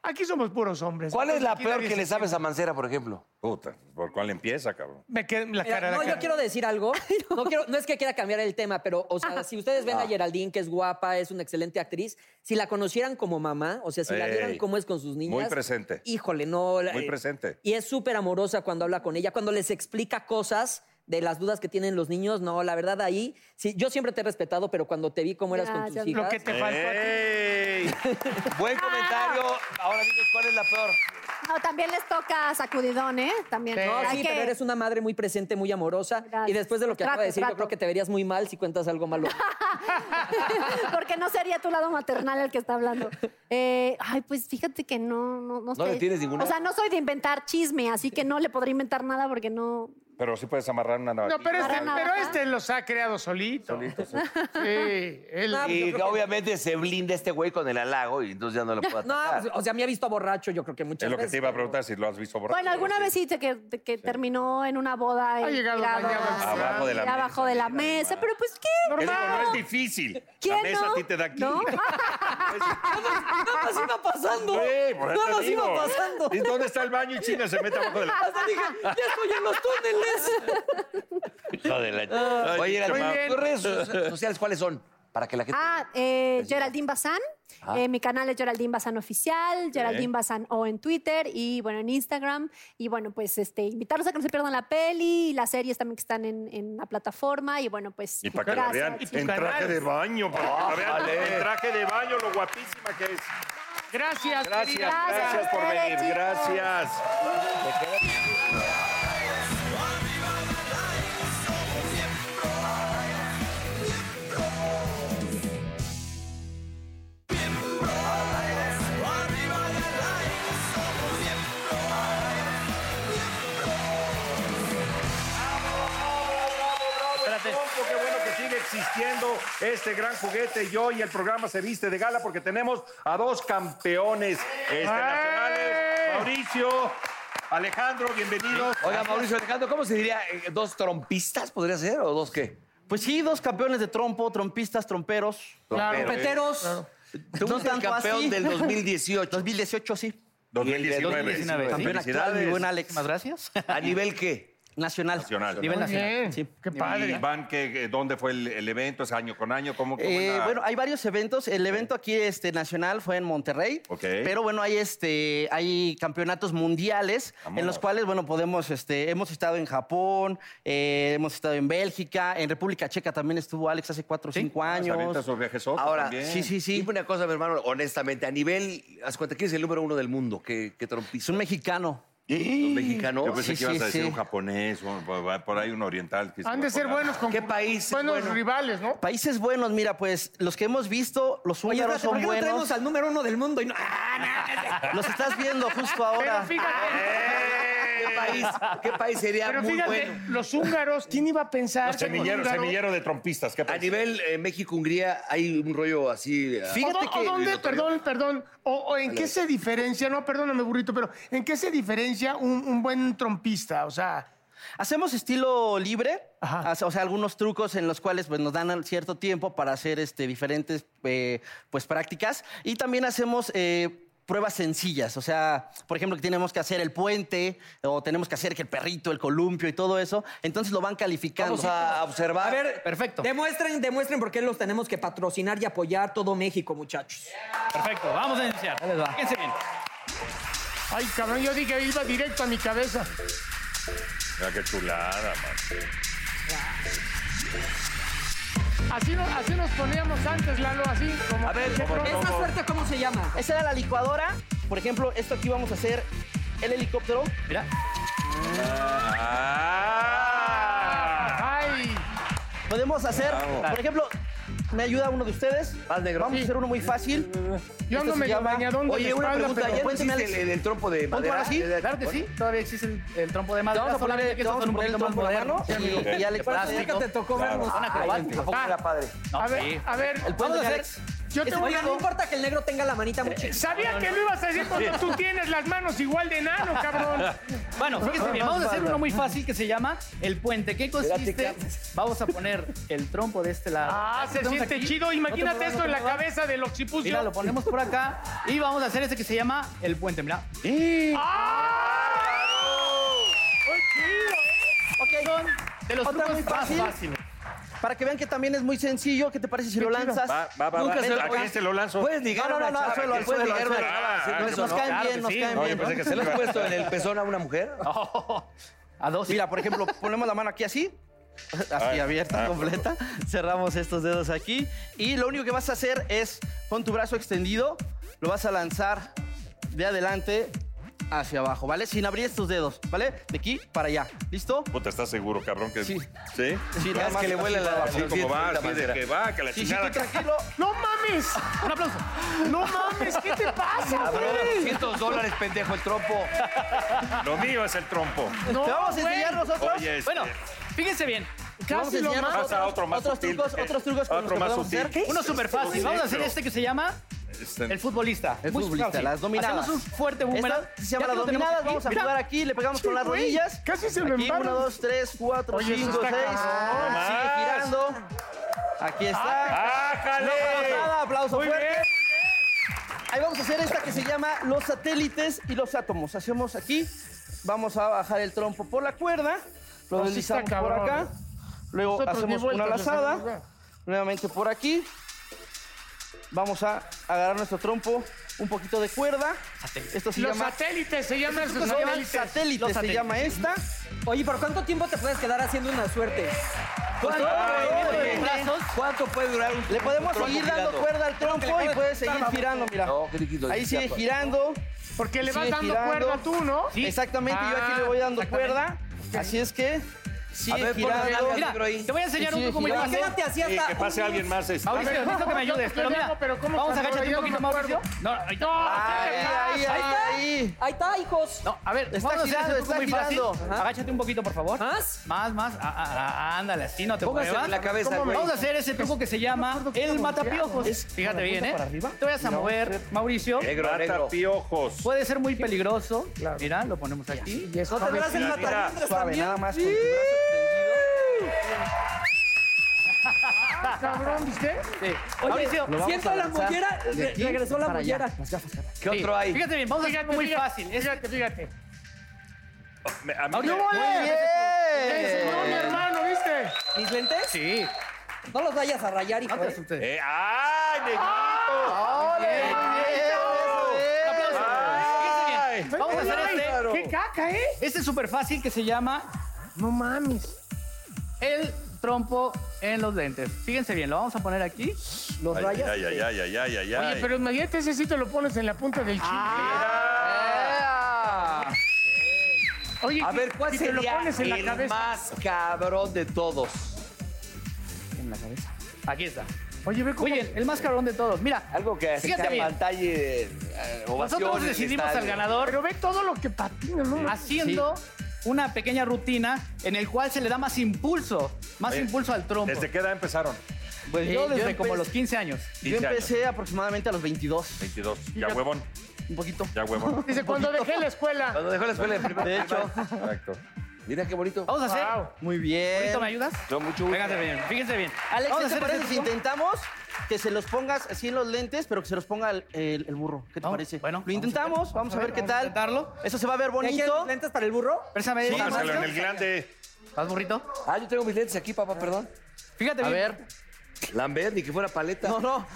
[SPEAKER 3] Aquí somos puros hombres.
[SPEAKER 2] ¿Cuál es la
[SPEAKER 3] Aquí nadie
[SPEAKER 2] peor que
[SPEAKER 3] se
[SPEAKER 2] le sabes
[SPEAKER 3] siente-
[SPEAKER 2] a Mancera, por ejemplo?
[SPEAKER 4] Puta, ¿por cuál empieza, cabrón?
[SPEAKER 3] Me queda la
[SPEAKER 5] Mira,
[SPEAKER 3] cara. la
[SPEAKER 5] no, yo
[SPEAKER 3] cara.
[SPEAKER 5] quiero decir algo. No, quiero, no es que quiera cambiar el tema, pero, o
[SPEAKER 4] Ah.
[SPEAKER 5] sea, si ustedes ven a Geraldine, que es guapa, es una excelente actriz, si la conocieran como mamá, o sea, si la vieran
[SPEAKER 4] Ey,
[SPEAKER 5] cómo es con sus niñas.
[SPEAKER 4] muy presente.
[SPEAKER 5] Híjole, no. la- eh,
[SPEAKER 4] Muy presente.
[SPEAKER 5] Y es súper amorosa cuando habla con ella, cuando les explica cosas de las dudas que tienen los niños. No, la verdad, ahí, sí, yo siempre te he respetado, pero cuando te vi cómo eras con tus
[SPEAKER 7] Gracias.
[SPEAKER 5] hijas.
[SPEAKER 3] Lo que te faltó a ti.
[SPEAKER 4] ¡Ey!
[SPEAKER 5] Ah.
[SPEAKER 2] Buen comentario. Ahora dinos cuál es la peor.
[SPEAKER 7] No, también les toca sacudidón, ¿eh? También.
[SPEAKER 5] No,
[SPEAKER 7] Hay
[SPEAKER 5] sí,
[SPEAKER 7] que-
[SPEAKER 5] pero eres una madre muy presente, muy amorosa.
[SPEAKER 7] Gracias.
[SPEAKER 5] Y después de lo que
[SPEAKER 7] Trato,
[SPEAKER 5] acabo de decir,
[SPEAKER 7] trato.
[SPEAKER 5] yo creo que te verías muy mal si cuentas algo malo.
[SPEAKER 7] Porque no sería tu lado maternal el que está hablando. Eh, ay, pues fíjate que no, no, no sé.
[SPEAKER 2] ¿No le tienes ninguna?
[SPEAKER 7] O sea, no soy de inventar chisme, así que no le podría inventar nada porque no.
[SPEAKER 4] Pero sí puedes amarrar una
[SPEAKER 3] No,
[SPEAKER 4] navaja.
[SPEAKER 3] pero
[SPEAKER 7] Para
[SPEAKER 3] este,
[SPEAKER 7] nada.
[SPEAKER 3] pero este los ha creado solito. Sí, él.
[SPEAKER 5] Ah, No,
[SPEAKER 2] Y
[SPEAKER 5] yo creo que-
[SPEAKER 2] obviamente se blinda este güey con el halago y entonces ya no lo puedo
[SPEAKER 5] No,
[SPEAKER 2] atacar.
[SPEAKER 5] pues, o sea, me ha visto borracho, yo creo que muchas
[SPEAKER 4] Es lo que
[SPEAKER 5] veces.
[SPEAKER 4] te iba a preguntar si lo has visto borracho.
[SPEAKER 7] Bueno, alguna vez sí te- que, te- que terminó en una boda.
[SPEAKER 3] Ha
[SPEAKER 7] eh,
[SPEAKER 3] llegado
[SPEAKER 7] tirado a-
[SPEAKER 3] bañado al final.
[SPEAKER 4] Abajo de la mesa,
[SPEAKER 7] abajo de la
[SPEAKER 4] mira,
[SPEAKER 7] mesa,
[SPEAKER 4] nomás.
[SPEAKER 7] pero pues qué.
[SPEAKER 4] Eso no es
[SPEAKER 7] Normal.
[SPEAKER 4] difícil.
[SPEAKER 7] ¿Quién
[SPEAKER 4] la mesa
[SPEAKER 7] no?
[SPEAKER 4] a ti te da aquí.
[SPEAKER 7] ¿No?
[SPEAKER 5] No nos iba pasando.
[SPEAKER 4] Güey, por eso
[SPEAKER 5] no
[SPEAKER 4] te
[SPEAKER 5] nos
[SPEAKER 4] digo.
[SPEAKER 5] iba pasando.
[SPEAKER 4] ¿Y dónde está el baño y China se mete abajo de
[SPEAKER 7] Ah.
[SPEAKER 4] la
[SPEAKER 5] Hasta dije, ya estoy en los túneles.
[SPEAKER 2] Hijo
[SPEAKER 7] Ah.
[SPEAKER 2] de la- Oye,
[SPEAKER 4] Ay,
[SPEAKER 2] Erasmo,
[SPEAKER 4] muy bien.
[SPEAKER 2] ¿tus redes so- sociales cuáles son? Para que la gente...
[SPEAKER 7] Ah, eh, Geraldine Bazán.
[SPEAKER 4] Ah.
[SPEAKER 7] Eh, mi canal es Geraldine Bazán Oficial, Geraldine Bazán O en Twitter y bueno, en Instagram. Y bueno, pues este, invitarlos a que no se pierdan la peli y las series también que están en, en la plataforma. Y bueno, pues.
[SPEAKER 4] Y para que la
[SPEAKER 7] gracias,
[SPEAKER 4] vean
[SPEAKER 7] chicos.
[SPEAKER 4] en traje de baño, para que la vean en traje de baño, lo guapísima que es.
[SPEAKER 7] pues,
[SPEAKER 3] Gracias,
[SPEAKER 4] Gracias,
[SPEAKER 3] querida.
[SPEAKER 7] Gracias a
[SPEAKER 4] gracias por
[SPEAKER 7] ustedes,
[SPEAKER 4] venir,
[SPEAKER 7] chicos.
[SPEAKER 4] gracias. Trompo, Qué bueno que sigue existiendo este gran juguete y hoy el programa se viste de gala porque tenemos a dos campeones este,
[SPEAKER 8] Eh.
[SPEAKER 4] nacionales. Mauricio, Alejandro, bienvenidos.
[SPEAKER 2] Oiga, Mauricio Alejandro, ¿cómo se diría? Eh, ¿Dos trompistas podría ser o dos qué?
[SPEAKER 8] Pues sí, dos campeones de trompo, trompistas, tromperos. Eh,
[SPEAKER 2] Claro.
[SPEAKER 5] Trompeteros.
[SPEAKER 2] Tú
[SPEAKER 8] No
[SPEAKER 2] fuiste el
[SPEAKER 8] tanto
[SPEAKER 2] campeón
[SPEAKER 8] así.
[SPEAKER 2] del 2018.
[SPEAKER 8] 2018, sí.
[SPEAKER 4] 2019.
[SPEAKER 8] 2019, sí. Campeón actual, mi
[SPEAKER 4] Felicidades.
[SPEAKER 8] buen Alex. Muchas gracias.
[SPEAKER 2] ¿A nivel qué?
[SPEAKER 8] Nacional.
[SPEAKER 4] Nacional.
[SPEAKER 8] Nivel
[SPEAKER 3] Muy bien,
[SPEAKER 8] nacional. Sí.
[SPEAKER 3] Qué
[SPEAKER 4] Y
[SPEAKER 3] padre.
[SPEAKER 4] van, que, eh, ¿dónde fue el, el evento? ¿Es año con año? ¿Cómo, cómo
[SPEAKER 8] Eh,
[SPEAKER 4] era?
[SPEAKER 8] bueno, hay varios eventos. El evento aquí este, nacional fue en Monterrey.
[SPEAKER 4] Ok.
[SPEAKER 8] Pero bueno, hay, este, hay campeonatos mundiales
[SPEAKER 4] Vámonos.
[SPEAKER 8] en los cuales, bueno, podemos, este, hemos estado en Japón, eh, hemos estado en Bélgica, en República Checa también estuvo Alex hace cuatro o cinco
[SPEAKER 4] Ah, se avienta
[SPEAKER 8] años.
[SPEAKER 4] esos viajes otros
[SPEAKER 2] Ahora,
[SPEAKER 4] también.
[SPEAKER 8] Sí, sí, sí.
[SPEAKER 2] Dime una cosa, mi hermano, honestamente, a nivel, haz cuenta, ¿quién es el número uno del mundo? ¿Qué, qué
[SPEAKER 8] Es
[SPEAKER 2] trompista?
[SPEAKER 8] un mexicano.
[SPEAKER 2] ¿Los
[SPEAKER 4] Yo
[SPEAKER 2] mexicanos?
[SPEAKER 8] Sí,
[SPEAKER 4] pensé que ibas
[SPEAKER 8] sí,
[SPEAKER 4] a decir
[SPEAKER 8] sí.
[SPEAKER 4] un japonés, un- por ahí un oriental. que se
[SPEAKER 3] Han
[SPEAKER 4] me
[SPEAKER 3] de ser
[SPEAKER 4] acuerda.
[SPEAKER 3] buenos con
[SPEAKER 2] ¿Qué país es
[SPEAKER 3] buenos
[SPEAKER 2] bueno?
[SPEAKER 3] rivales, ¿no?
[SPEAKER 8] Países buenos, mira, pues los que hemos visto, los
[SPEAKER 5] Oye,
[SPEAKER 8] húngaros
[SPEAKER 5] espérate, ¿por
[SPEAKER 8] son
[SPEAKER 5] qué no traemos
[SPEAKER 8] buenos.
[SPEAKER 5] al número uno del mundo? Y no- ¡Ah,
[SPEAKER 8] Los estás viendo justo
[SPEAKER 3] Pero
[SPEAKER 8] ahora. ah,
[SPEAKER 3] fíjate,
[SPEAKER 4] Eh,
[SPEAKER 2] ¿Qué país, ¿Qué país sería
[SPEAKER 3] pero
[SPEAKER 2] muy
[SPEAKER 3] fíjate,
[SPEAKER 2] bueno?
[SPEAKER 3] los húngaros, ¿quién iba a pensar? que los
[SPEAKER 4] Semillero,
[SPEAKER 3] húngaros-
[SPEAKER 4] semillero de trompistas. ¿Qué
[SPEAKER 2] A
[SPEAKER 4] pasa?
[SPEAKER 2] nivel eh, México-Hungría hay un rollo así... eh,
[SPEAKER 3] ¿O,
[SPEAKER 8] Fíjate
[SPEAKER 3] dó- o
[SPEAKER 8] que.
[SPEAKER 3] dónde, perdón, perdón, o, o en qué se diferencia, no, perdóname, burrito, pero ¿en qué se diferencia un, un buen trompista? O sea,
[SPEAKER 8] Hacemos estilo libre,
[SPEAKER 3] Ajá.
[SPEAKER 8] hace- o sea, algunos trucos en los cuales pues, nos dan cierto tiempo para hacer este, diferentes eh, pues, prácticas. Y también hacemos eh, pruebas sencillas, o sea, por ejemplo, que tenemos que hacer el puente o tenemos que hacer que el perrito, el columpio y todo eso. Entonces lo van calificando.
[SPEAKER 2] Vamos a observar.
[SPEAKER 5] A ver,
[SPEAKER 8] Perfecto.
[SPEAKER 5] Demuestren, demuestren por qué los tenemos que patrocinar y apoyar todo México, muchachos.
[SPEAKER 8] Perfecto, vamos a iniciar. Fíjense bien.
[SPEAKER 3] ay, cabrón, yo dije, iba directo a mi cabeza.
[SPEAKER 4] Mira Ah, qué chulada, man.
[SPEAKER 3] Así, no- así nos poníamos antes, Lalo, así. Como
[SPEAKER 2] A ver,
[SPEAKER 3] ¿Qué
[SPEAKER 2] como-
[SPEAKER 3] trompista?
[SPEAKER 5] ¿Esa suerte cómo se llama?
[SPEAKER 8] Esa era la licuadora. Por ejemplo, esto aquí vamos a hacer el helicóptero. Mira.
[SPEAKER 2] Ah.
[SPEAKER 4] Ah.
[SPEAKER 3] Ay,
[SPEAKER 8] Podemos hacer, por ejemplo, me ayuda uno de ustedes.
[SPEAKER 2] Vas, negro.
[SPEAKER 8] Vamos a hacer uno muy fácil.
[SPEAKER 3] yo ando
[SPEAKER 8] se
[SPEAKER 3] medio
[SPEAKER 8] llama-
[SPEAKER 3] bañadón de
[SPEAKER 2] Oye,
[SPEAKER 3] la
[SPEAKER 2] una
[SPEAKER 3] espalda,
[SPEAKER 2] pregunta,
[SPEAKER 3] pero-
[SPEAKER 2] ¿ya no
[SPEAKER 8] cuénteme,
[SPEAKER 2] existe el,
[SPEAKER 8] Alex.
[SPEAKER 2] el trompo de
[SPEAKER 8] ¿Cuál
[SPEAKER 2] madera?
[SPEAKER 8] así?
[SPEAKER 2] Eh,
[SPEAKER 8] Claro que sí. Todavía existe el, trompo de madera. Vamos a ponerle, solamente que estos vamos a son un ponerle poquito más más modernos.
[SPEAKER 3] modernos. Sí,
[SPEAKER 8] Y- Y Alex,
[SPEAKER 5] Nunca te tocó vernos.
[SPEAKER 4] Ah,
[SPEAKER 8] Ay,
[SPEAKER 2] ¿A poco era padre?
[SPEAKER 3] A ver, a ver,
[SPEAKER 8] el puente de
[SPEAKER 3] vamos a
[SPEAKER 8] Alex.
[SPEAKER 3] hacer- Yo te voy a-
[SPEAKER 5] No importa que el negro tenga la manita muy chiquita.
[SPEAKER 3] Sabía que lo ibas a decir cuando tú tienes las manos igual de enano, cabrón.
[SPEAKER 9] Bueno, fíjense bien, vamos a hacer uno muy fácil que se llama El Puente. ¿Qué consiste? Vamos a poner el trompo de este lado.
[SPEAKER 3] Ah,
[SPEAKER 9] Lo
[SPEAKER 3] se
[SPEAKER 9] ponemos
[SPEAKER 3] siente
[SPEAKER 9] aquí.
[SPEAKER 3] chido.
[SPEAKER 9] No te
[SPEAKER 3] Imagínate
[SPEAKER 9] muevas,
[SPEAKER 3] esto
[SPEAKER 9] no
[SPEAKER 3] en
[SPEAKER 9] te
[SPEAKER 3] la
[SPEAKER 9] muevas.
[SPEAKER 3] cabeza del occipucio.
[SPEAKER 9] Mira, lo ponemos por acá y vamos a hacer este que se llama El Puente, mira.
[SPEAKER 8] ¡Ah! Ok.
[SPEAKER 9] De los
[SPEAKER 8] Otra
[SPEAKER 9] trucos
[SPEAKER 8] Oh, muy
[SPEAKER 9] más
[SPEAKER 8] fácil.
[SPEAKER 9] fáciles.
[SPEAKER 8] Para que vean que también es muy sencillo. ¿Qué te parece si
[SPEAKER 4] Qué
[SPEAKER 8] lo
[SPEAKER 4] chido.
[SPEAKER 8] lanzas?
[SPEAKER 4] Va, va, va,
[SPEAKER 8] Nunca
[SPEAKER 4] va.
[SPEAKER 8] se lo
[SPEAKER 4] ¿A quién
[SPEAKER 8] lanzas.
[SPEAKER 4] se lo lanzo?
[SPEAKER 8] Puedes ligar
[SPEAKER 4] No, no,
[SPEAKER 8] una
[SPEAKER 4] no,
[SPEAKER 8] chava,
[SPEAKER 4] suelo,
[SPEAKER 8] ¿quién
[SPEAKER 4] puedes
[SPEAKER 8] se lo
[SPEAKER 4] ligar
[SPEAKER 8] lanza?
[SPEAKER 4] una chava,
[SPEAKER 8] Ah,
[SPEAKER 4] sí,
[SPEAKER 8] ah,
[SPEAKER 4] no,
[SPEAKER 8] nos-
[SPEAKER 4] eso
[SPEAKER 8] Nos
[SPEAKER 4] no.
[SPEAKER 8] caen
[SPEAKER 4] Claro que
[SPEAKER 8] bien, nos
[SPEAKER 4] sí.
[SPEAKER 8] caen
[SPEAKER 4] No, yo
[SPEAKER 8] bien.
[SPEAKER 4] pensé que se
[SPEAKER 8] ¿No?
[SPEAKER 4] lo iba a-
[SPEAKER 8] pezón a una mujer?
[SPEAKER 9] Oh. a dos.
[SPEAKER 8] Mira, por ejemplo, ponemos la mano aquí así. Así
[SPEAKER 9] Ay,
[SPEAKER 8] abierta,
[SPEAKER 9] ah,
[SPEAKER 8] completa. Cerramos estos dedos aquí. Y lo único que vas a hacer es, con tu brazo extendido, lo vas a lanzar de adelante hacia abajo, ¿vale? Sin abrir estos dedos, ¿vale? De aquí para allá. ¿Listo?
[SPEAKER 4] Puta, ¿estás seguro, cabrón? Que... Sí. ¿Sí?
[SPEAKER 8] Sí, nada más así para abajo.
[SPEAKER 4] Así como va, así de que va, que la
[SPEAKER 8] Sí, sí,
[SPEAKER 4] chingada.
[SPEAKER 8] tú tranquilo.
[SPEAKER 3] ¡No mames!
[SPEAKER 9] Un aplauso.
[SPEAKER 3] ¡No mames! ¿Qué te pasa,
[SPEAKER 2] Cabrón,
[SPEAKER 3] güey?
[SPEAKER 2] 200 dólares, pendejo, el trompo.
[SPEAKER 4] Lo mío es el trompo.
[SPEAKER 3] No,
[SPEAKER 8] ¿Te vamos a
[SPEAKER 3] güey.
[SPEAKER 8] enseñar nosotros?
[SPEAKER 4] Oye, este-
[SPEAKER 9] Bueno, fíjense bien.
[SPEAKER 8] Vamos a
[SPEAKER 3] Casi lo
[SPEAKER 8] enseñar
[SPEAKER 3] mato.
[SPEAKER 4] Pasa otro más
[SPEAKER 8] otros
[SPEAKER 4] sutil,
[SPEAKER 8] trucos,
[SPEAKER 4] eh,
[SPEAKER 8] otros trucos con los
[SPEAKER 4] otro
[SPEAKER 8] que
[SPEAKER 4] más
[SPEAKER 8] podemos
[SPEAKER 4] sutil.
[SPEAKER 8] hacer. ¿Qué
[SPEAKER 9] Uno súper fácil. Vamos a hacer este que se llama
[SPEAKER 4] Este-
[SPEAKER 9] El futbolista.
[SPEAKER 8] El
[SPEAKER 9] Muy
[SPEAKER 8] futbolista,
[SPEAKER 9] fácil.
[SPEAKER 8] las dominadas.
[SPEAKER 9] Hacemos un fuerte boomerang.
[SPEAKER 8] Esta se llama
[SPEAKER 9] Ya
[SPEAKER 8] las
[SPEAKER 9] que lo tenemos
[SPEAKER 8] dominadas.
[SPEAKER 9] aquí,
[SPEAKER 8] Vamos a
[SPEAKER 9] mira.
[SPEAKER 8] jugar aquí, le pegamos con las
[SPEAKER 3] güey,
[SPEAKER 8] rodillas.
[SPEAKER 3] casi se me
[SPEAKER 8] Aquí,
[SPEAKER 3] embarra.
[SPEAKER 8] uno, dos, tres, cuatro,
[SPEAKER 3] Oye, eso
[SPEAKER 8] cinco,
[SPEAKER 3] está
[SPEAKER 8] seis.
[SPEAKER 3] cabrón.
[SPEAKER 8] Sigue girando. Aquí
[SPEAKER 9] Ah,
[SPEAKER 8] está.
[SPEAKER 4] ¡Bájale!
[SPEAKER 8] No pasa nada, aplauso
[SPEAKER 4] Muy
[SPEAKER 8] fuerte.
[SPEAKER 4] bien.
[SPEAKER 8] Ahí vamos a hacer esta que se llama los satélites y los átomos. Hacemos aquí, vamos a bajar el trompo por la cuerda, lo
[SPEAKER 3] No, sí está
[SPEAKER 8] deslizamos por
[SPEAKER 3] cabrón.
[SPEAKER 8] acá, luego
[SPEAKER 3] Nosotros ni
[SPEAKER 8] hacemos
[SPEAKER 3] vueltas
[SPEAKER 8] una
[SPEAKER 3] le hacemos,
[SPEAKER 8] lazada,
[SPEAKER 3] ¿verdad?
[SPEAKER 8] nuevamente por aquí. Vamos a agarrar nuestro trompo, un poquito de cuerda. Esto se
[SPEAKER 3] Los
[SPEAKER 8] llama
[SPEAKER 3] satélites se llaman
[SPEAKER 8] estos se llaman
[SPEAKER 3] satélites.
[SPEAKER 8] satélites,
[SPEAKER 9] Los
[SPEAKER 8] se
[SPEAKER 9] satélites.
[SPEAKER 8] llama esta.
[SPEAKER 5] Oye, ¿por cuánto tiempo te puedes quedar haciendo una suerte?
[SPEAKER 8] ¿Cuánto?
[SPEAKER 9] Los brazos.
[SPEAKER 2] ¿Cuánto puede durar un
[SPEAKER 8] Le podemos
[SPEAKER 2] trompo
[SPEAKER 8] seguir dando
[SPEAKER 2] girando?
[SPEAKER 8] cuerda al
[SPEAKER 5] Creo que le
[SPEAKER 8] trompo y
[SPEAKER 5] puede
[SPEAKER 8] puede
[SPEAKER 5] quitar
[SPEAKER 8] seguir
[SPEAKER 5] la
[SPEAKER 8] girando, mira.
[SPEAKER 2] No, qué líquido.
[SPEAKER 8] Ahí sigue girando.
[SPEAKER 3] Porque le vas
[SPEAKER 8] Sigue
[SPEAKER 3] dando
[SPEAKER 8] girando. Ah.
[SPEAKER 3] cuerda tú, ¿no?
[SPEAKER 8] Exactamente, yo aquí le voy
[SPEAKER 9] Ah,
[SPEAKER 8] dando cuerda. Así es que sigue
[SPEAKER 2] ver, ponle
[SPEAKER 8] girando.
[SPEAKER 2] nalgas,
[SPEAKER 9] Mira,
[SPEAKER 2] negro ahí.
[SPEAKER 9] te voy a enseñar un
[SPEAKER 8] Sí, sigue
[SPEAKER 9] truco muy
[SPEAKER 8] girando.
[SPEAKER 9] fácil.
[SPEAKER 5] Imagínate así
[SPEAKER 4] Y
[SPEAKER 5] hasta.
[SPEAKER 4] que pase alguien más. este.
[SPEAKER 9] Mauricio, necesito que me ayudes. Pero mira,
[SPEAKER 3] Pero ¿cómo
[SPEAKER 9] vamos a
[SPEAKER 3] cabrón?
[SPEAKER 9] agacharte un
[SPEAKER 3] Ya no
[SPEAKER 9] poquito,
[SPEAKER 3] me acuerdo.
[SPEAKER 9] Mauricio. No, ahí está.
[SPEAKER 8] Ahí, ahí, ahí.
[SPEAKER 5] Ahí está, hijos.
[SPEAKER 9] No, a ver,
[SPEAKER 8] Está
[SPEAKER 9] vamos a hacer
[SPEAKER 8] girando,
[SPEAKER 9] algo
[SPEAKER 8] está
[SPEAKER 9] muy
[SPEAKER 8] girando.
[SPEAKER 9] fácil.
[SPEAKER 8] Ajá.
[SPEAKER 9] Agáchate un poquito, por favor.
[SPEAKER 5] ¿Más?
[SPEAKER 9] Más, más. Ah, ah, ah, ándale, así no te
[SPEAKER 2] Póngase
[SPEAKER 9] muevas.
[SPEAKER 2] en la cabeza,
[SPEAKER 9] ¿Cómo me-
[SPEAKER 2] güey.
[SPEAKER 9] Vamos a hacer ese truco que se llama el matapiojos. Fíjate bien, ¿eh? Te vas a mover, Mauricio.
[SPEAKER 2] Negro,
[SPEAKER 4] Mata
[SPEAKER 2] negro.
[SPEAKER 4] piojos.
[SPEAKER 9] Puede ser muy peligroso. Mira, lo ponemos aquí.
[SPEAKER 5] No tendrás el
[SPEAKER 4] mira,
[SPEAKER 8] Suave,
[SPEAKER 5] matamientras también.
[SPEAKER 8] nada más con tu brazo extendido.
[SPEAKER 3] Cabrón, ¿viste?
[SPEAKER 9] Sí. Mauricio,
[SPEAKER 8] Lo vamos
[SPEAKER 5] Siento
[SPEAKER 8] a
[SPEAKER 5] la
[SPEAKER 8] lanzar
[SPEAKER 5] mollera,
[SPEAKER 8] de
[SPEAKER 5] re-
[SPEAKER 8] aquí
[SPEAKER 5] regresó la
[SPEAKER 8] para allá.
[SPEAKER 5] mollera.
[SPEAKER 8] Las gafas, gafas.
[SPEAKER 2] ¿Qué otro hay?
[SPEAKER 9] fíjate bien, vamos a hacer algo muy
[SPEAKER 3] fíjate,
[SPEAKER 9] fácil. Es-
[SPEAKER 3] Fíjate, fíjate.
[SPEAKER 4] Me- a mí
[SPEAKER 9] Mauricio,
[SPEAKER 4] me-
[SPEAKER 9] muy bien.
[SPEAKER 3] Te enseñó mi hermano, ¿viste?
[SPEAKER 5] ¿Mis lentes?
[SPEAKER 9] Sí.
[SPEAKER 5] No los vayas a rayar, hijo.
[SPEAKER 8] Ah,
[SPEAKER 9] No te
[SPEAKER 5] eh.
[SPEAKER 9] asustes.
[SPEAKER 4] Eh, ¡Ay, negrito!
[SPEAKER 9] Un aplauso.
[SPEAKER 4] Ay.
[SPEAKER 9] Fíjense bien. Vamos a hacer
[SPEAKER 3] Ay,
[SPEAKER 9] este.
[SPEAKER 3] ¡Qué caca, eh!
[SPEAKER 9] Este es súper fácil que se llama
[SPEAKER 3] No mames.
[SPEAKER 9] el trompo en los lentes. Fíjense bien, lo vamos a poner aquí.
[SPEAKER 5] Los
[SPEAKER 4] Ay,
[SPEAKER 5] rayas.
[SPEAKER 4] ay, ay, ay, ay, ay, ay,
[SPEAKER 3] Oye,
[SPEAKER 4] ay.
[SPEAKER 3] pero imagínate ese sí te lo pones en la punta del chin.
[SPEAKER 9] Ah.
[SPEAKER 3] Oye,
[SPEAKER 2] A
[SPEAKER 3] si-
[SPEAKER 2] ver, ¿cuál
[SPEAKER 3] si te lo
[SPEAKER 2] sería
[SPEAKER 3] pones en la
[SPEAKER 2] el
[SPEAKER 3] cabeza.
[SPEAKER 2] más cabrón de todos?
[SPEAKER 9] En la cabeza. Aquí está.
[SPEAKER 3] Oye, ve cómo.
[SPEAKER 9] Muy bien, el más cabrón de todos. Mira,
[SPEAKER 2] Algo que se
[SPEAKER 9] Fíjate
[SPEAKER 2] en
[SPEAKER 9] bien.
[SPEAKER 2] pantalla eh, ovación
[SPEAKER 9] nosotros
[SPEAKER 2] en el
[SPEAKER 9] decidimos al
[SPEAKER 2] estadio.
[SPEAKER 9] ganador
[SPEAKER 3] Pero ve todo lo que patina, ¿no?
[SPEAKER 9] haciendo una pequeña rutina en el cual se le da más impulso, más
[SPEAKER 4] Oye,
[SPEAKER 9] impulso al trompo.
[SPEAKER 4] ¿Desde qué edad empezaron?
[SPEAKER 8] Pues
[SPEAKER 9] Eh,
[SPEAKER 8] yo desde
[SPEAKER 9] como los 15 años.
[SPEAKER 8] Yo
[SPEAKER 4] 15 años.
[SPEAKER 8] empecé aproximadamente a los 22,
[SPEAKER 4] 22. Ya huevón,
[SPEAKER 8] un poquito.
[SPEAKER 4] ya huevón.
[SPEAKER 3] Dice, cuando dejé la escuela.
[SPEAKER 2] Cuando dejó la escuela de Oh. primer
[SPEAKER 8] De hecho,
[SPEAKER 4] Exacto.
[SPEAKER 2] Mira qué bonito.
[SPEAKER 9] Vamos a hacer.
[SPEAKER 3] Wow.
[SPEAKER 8] muy bien.
[SPEAKER 9] Ahorita, ¿me ayudas?
[SPEAKER 2] Yo mucho gusto.
[SPEAKER 9] Fíjense bien, fíjense bien.
[SPEAKER 8] Alex,
[SPEAKER 9] Vamos a
[SPEAKER 8] ¿qué te
[SPEAKER 9] hacer
[SPEAKER 8] parece
[SPEAKER 9] este
[SPEAKER 8] si
[SPEAKER 9] truco.
[SPEAKER 8] intentamos que se los pongas así en los lentes, pero que se los ponga el, el- el burro? ¿Qué te
[SPEAKER 9] Vamos,
[SPEAKER 8] parece?
[SPEAKER 9] bueno,
[SPEAKER 8] lo
[SPEAKER 9] vamos a
[SPEAKER 8] intentamos, vamos a ver, qué
[SPEAKER 9] vamos a
[SPEAKER 8] tal.
[SPEAKER 9] intentarlo.
[SPEAKER 8] Eso se va a ver
[SPEAKER 5] ¿Te
[SPEAKER 8] bonito.
[SPEAKER 5] quieren lentes para el burro?
[SPEAKER 9] Préstame esta
[SPEAKER 4] Póngaselo en
[SPEAKER 9] máscara.
[SPEAKER 4] el glande.
[SPEAKER 9] ¿Vas, burrito?
[SPEAKER 2] Ah, yo tengo mis lentes aquí, papá, perdón.
[SPEAKER 9] Fíjate
[SPEAKER 8] A
[SPEAKER 9] bien.
[SPEAKER 8] ver,
[SPEAKER 2] Lambert, ni que fuera paleta.
[SPEAKER 8] no, no.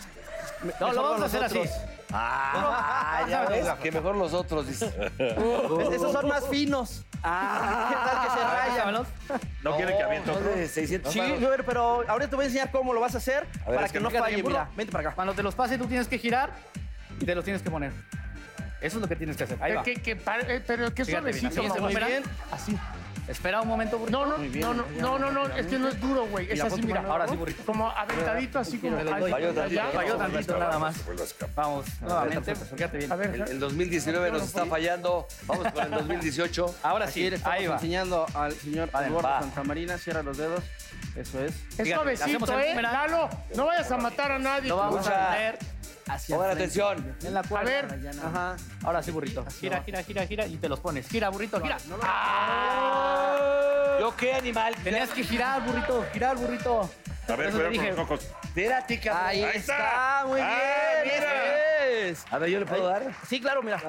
[SPEAKER 9] No, lo vamos a hacer así.
[SPEAKER 2] Ah, ya ves, que mejor los otros, dice.
[SPEAKER 8] Es- Esos son más finos.
[SPEAKER 9] Ah.
[SPEAKER 8] ¿Qué tal que se rayan?
[SPEAKER 9] Ráyamelos.
[SPEAKER 4] No quieren que aviente
[SPEAKER 2] No,
[SPEAKER 4] otro.
[SPEAKER 2] de 600
[SPEAKER 8] Sí,
[SPEAKER 2] varos.
[SPEAKER 8] a ver, pero ahorita te voy a enseñar cómo lo vas a hacer para
[SPEAKER 4] es
[SPEAKER 8] que
[SPEAKER 4] que
[SPEAKER 8] no
[SPEAKER 9] Fíjate
[SPEAKER 8] falle.
[SPEAKER 9] bien, burro.
[SPEAKER 8] Mira, vente para acá.
[SPEAKER 9] Cuando te los pase, tú tienes que girar y te los tienes que poner. Eso es lo que tienes que hacer. Ahí va.
[SPEAKER 3] Que, que par- eh, pero qué
[SPEAKER 9] Fíjate bien,
[SPEAKER 3] suavecito.
[SPEAKER 9] así,
[SPEAKER 3] ¿no?
[SPEAKER 9] muy bien.
[SPEAKER 3] Así.
[SPEAKER 9] Espera un momento, burrito.
[SPEAKER 3] No, no, no, no, no, no, no, es que no es duro, güey. Es
[SPEAKER 9] la
[SPEAKER 3] así,
[SPEAKER 9] foto,
[SPEAKER 3] mira.
[SPEAKER 9] ahora sí, burrito.
[SPEAKER 3] Como aventadito, así como.
[SPEAKER 9] Me los doy.
[SPEAKER 3] Ay,
[SPEAKER 2] Falló
[SPEAKER 3] allá.
[SPEAKER 2] tantito.
[SPEAKER 9] Falló tantito nada más. Vamos, nuevamente. pues, Fíjate bien.
[SPEAKER 3] A ver,
[SPEAKER 2] El, el 2019 nos está fallando. Vamos con el 2018.
[SPEAKER 9] Ahora
[SPEAKER 8] Así
[SPEAKER 9] sí,
[SPEAKER 8] le estamos
[SPEAKER 9] ahí va.
[SPEAKER 8] enseñando al señor
[SPEAKER 9] Vale,
[SPEAKER 8] Eduardo
[SPEAKER 9] va.
[SPEAKER 8] Santamarina. Cierra los dedos.
[SPEAKER 9] Eso es.
[SPEAKER 3] Es suavecito, ¿eh? Lalo, no vayas a matar a nadie.
[SPEAKER 9] Lo vamos
[SPEAKER 3] Escucha.
[SPEAKER 9] a poner hacia
[SPEAKER 3] Pongan
[SPEAKER 9] frente.
[SPEAKER 3] atención.
[SPEAKER 9] En la cuerda.
[SPEAKER 3] A ver.
[SPEAKER 9] Mariana. Ahora sí, burrito. Gira, gira, gira, gira y te los pones. Gira, burrito, gira. Ah.
[SPEAKER 2] ¿Yo qué animal?
[SPEAKER 9] Tenías que girar, burrito, girar, burrito.
[SPEAKER 4] A ver,
[SPEAKER 9] Eso te
[SPEAKER 4] cuidado con
[SPEAKER 9] dije.
[SPEAKER 4] los ojos.
[SPEAKER 2] Espérate, cabrón.
[SPEAKER 8] Ahí,
[SPEAKER 4] Ahí
[SPEAKER 8] está.
[SPEAKER 4] está.
[SPEAKER 8] muy bien.
[SPEAKER 4] Ah,
[SPEAKER 8] bien,
[SPEAKER 4] mira.
[SPEAKER 8] bien.
[SPEAKER 2] A ver, ¿yo le puedo
[SPEAKER 8] Ahí.
[SPEAKER 2] dar?
[SPEAKER 8] Sí, claro, mira.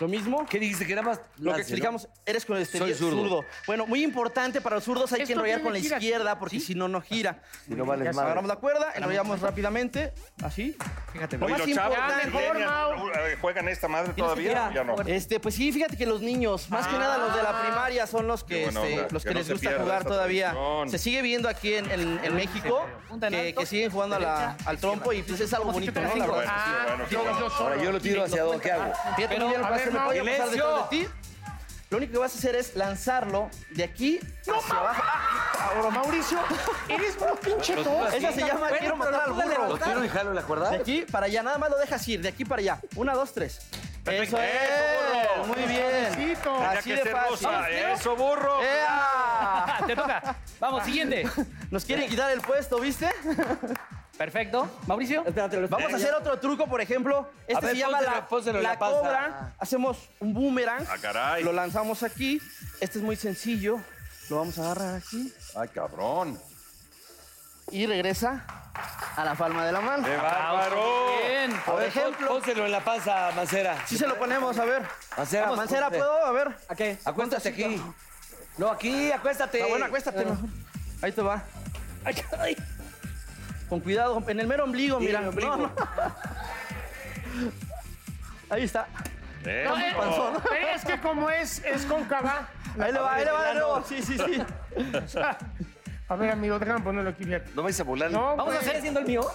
[SPEAKER 8] Lo mismo.
[SPEAKER 2] ¿Qué dijiste? Que era más.
[SPEAKER 8] Lo que
[SPEAKER 2] lance, ¿no?
[SPEAKER 8] explicamos, eres con el
[SPEAKER 2] Soy
[SPEAKER 8] exterior
[SPEAKER 2] zurdo.
[SPEAKER 8] Bueno, muy importante para los zurdos hay que
[SPEAKER 2] Esto
[SPEAKER 8] enrollar
[SPEAKER 2] tiene
[SPEAKER 8] con la
[SPEAKER 2] giras.
[SPEAKER 8] izquierda porque si no, no gira.
[SPEAKER 2] Si no vales
[SPEAKER 8] Ya
[SPEAKER 2] madre.
[SPEAKER 8] Agarramos la cuerda, enrollamos rápidamente, así. Fíjate,
[SPEAKER 4] Oye, los chavos millennials, eh, juegan esta madre todavía. o Ya no.
[SPEAKER 8] Este, pues sí, fíjate que los niños, más que nada los de
[SPEAKER 2] Ah.
[SPEAKER 8] la primaria, son los
[SPEAKER 4] Qué
[SPEAKER 8] que,
[SPEAKER 4] buena
[SPEAKER 8] este,
[SPEAKER 4] onda,
[SPEAKER 8] los
[SPEAKER 4] que
[SPEAKER 8] que,
[SPEAKER 4] no
[SPEAKER 8] les
[SPEAKER 4] se
[SPEAKER 8] gusta
[SPEAKER 4] pierda
[SPEAKER 8] jugar
[SPEAKER 4] esa
[SPEAKER 8] todavía.
[SPEAKER 4] tradición.
[SPEAKER 8] Se sigue viendo aquí en, en- en México que, que siguen jugando a la- al trompo y pues es algo bonito, ¿no? La verdad.
[SPEAKER 3] Ah,
[SPEAKER 2] Ahora yo lo tiro hacia dónde, ¿qué hago?
[SPEAKER 8] Fíjate muy bien lo que vas a hacer, me voy a pasar detrás de ti. Lo único que vas a hacer es lanzarlo de aquí hacia abajo. Ahora, Mauricio, eres un pinche
[SPEAKER 2] Lo tiro Ah, así.
[SPEAKER 8] Esa se llama
[SPEAKER 2] Bueno,
[SPEAKER 8] quiero
[SPEAKER 2] pero
[SPEAKER 8] matar al
[SPEAKER 2] lo pude
[SPEAKER 8] burro.
[SPEAKER 2] levantar. Lo tiro y jalo, ¿la cuerda?
[SPEAKER 8] De aquí para allá, nada más lo dejas ir, de aquí para allá. Una, dos, tres. Eso
[SPEAKER 4] ¡Eso,
[SPEAKER 8] es,
[SPEAKER 4] burro!
[SPEAKER 8] muy bien.
[SPEAKER 3] Suavecito.
[SPEAKER 4] Tenía
[SPEAKER 8] Así
[SPEAKER 4] que
[SPEAKER 8] de
[SPEAKER 4] ser ¿eh?
[SPEAKER 8] fácil.
[SPEAKER 4] rosa.
[SPEAKER 8] ¿Vamos, tío?
[SPEAKER 4] ¡Eso, burro!
[SPEAKER 8] ¡Ea!
[SPEAKER 9] Te toca. Vamos, siguiente.
[SPEAKER 8] Nos quieren quitar el puesto, ¿viste?
[SPEAKER 9] Perfecto. Mauricio.
[SPEAKER 5] Eh,
[SPEAKER 8] Vamos a hacer otro truco, por ejemplo. Este
[SPEAKER 2] A ver,
[SPEAKER 8] se llama
[SPEAKER 2] pónselo,
[SPEAKER 8] la,
[SPEAKER 2] pónselo en
[SPEAKER 8] la
[SPEAKER 2] la panza.
[SPEAKER 8] cobra. Hacemos un boomerang.
[SPEAKER 4] ¡Ah, caray!
[SPEAKER 8] Lo lanzamos aquí. Este es muy sencillo. Lo vamos a agarrar aquí.
[SPEAKER 4] ¡Ay, cabrón!
[SPEAKER 8] Y regresa a la palma de la mano.
[SPEAKER 4] ¡Qué bárbaro!
[SPEAKER 9] Bien.
[SPEAKER 2] Por
[SPEAKER 8] ver,
[SPEAKER 2] ejemplo. Pónselo en la panza, Mancera.
[SPEAKER 8] Sí se lo ponemos, a ver.
[SPEAKER 2] Mancera,
[SPEAKER 8] Vamos, Mancera,
[SPEAKER 2] ponte.
[SPEAKER 8] ¿puedo? A ver.
[SPEAKER 5] ¿A qué?
[SPEAKER 2] Acuéstate aquí. No, aquí, acuéstate.
[SPEAKER 8] Está Ah, bueno, acuéstate. mejor. Ahí te va. Ay, ay. Con cuidado, en el mero ombligo,
[SPEAKER 2] Sí,
[SPEAKER 8] mira.
[SPEAKER 2] mi ombligo.
[SPEAKER 8] No, no. Ahí está.
[SPEAKER 4] ¡Eso!
[SPEAKER 3] Pero eh, es que como es, es cóncava.
[SPEAKER 8] Ahí le va, ahí le va de nuevo. Sí, sí, sí.
[SPEAKER 3] A ver, amigo, déjame ponerlo aquí bien.
[SPEAKER 2] No vais a volar.
[SPEAKER 3] No,
[SPEAKER 5] ¿Vamos a hacer haciendo el mío?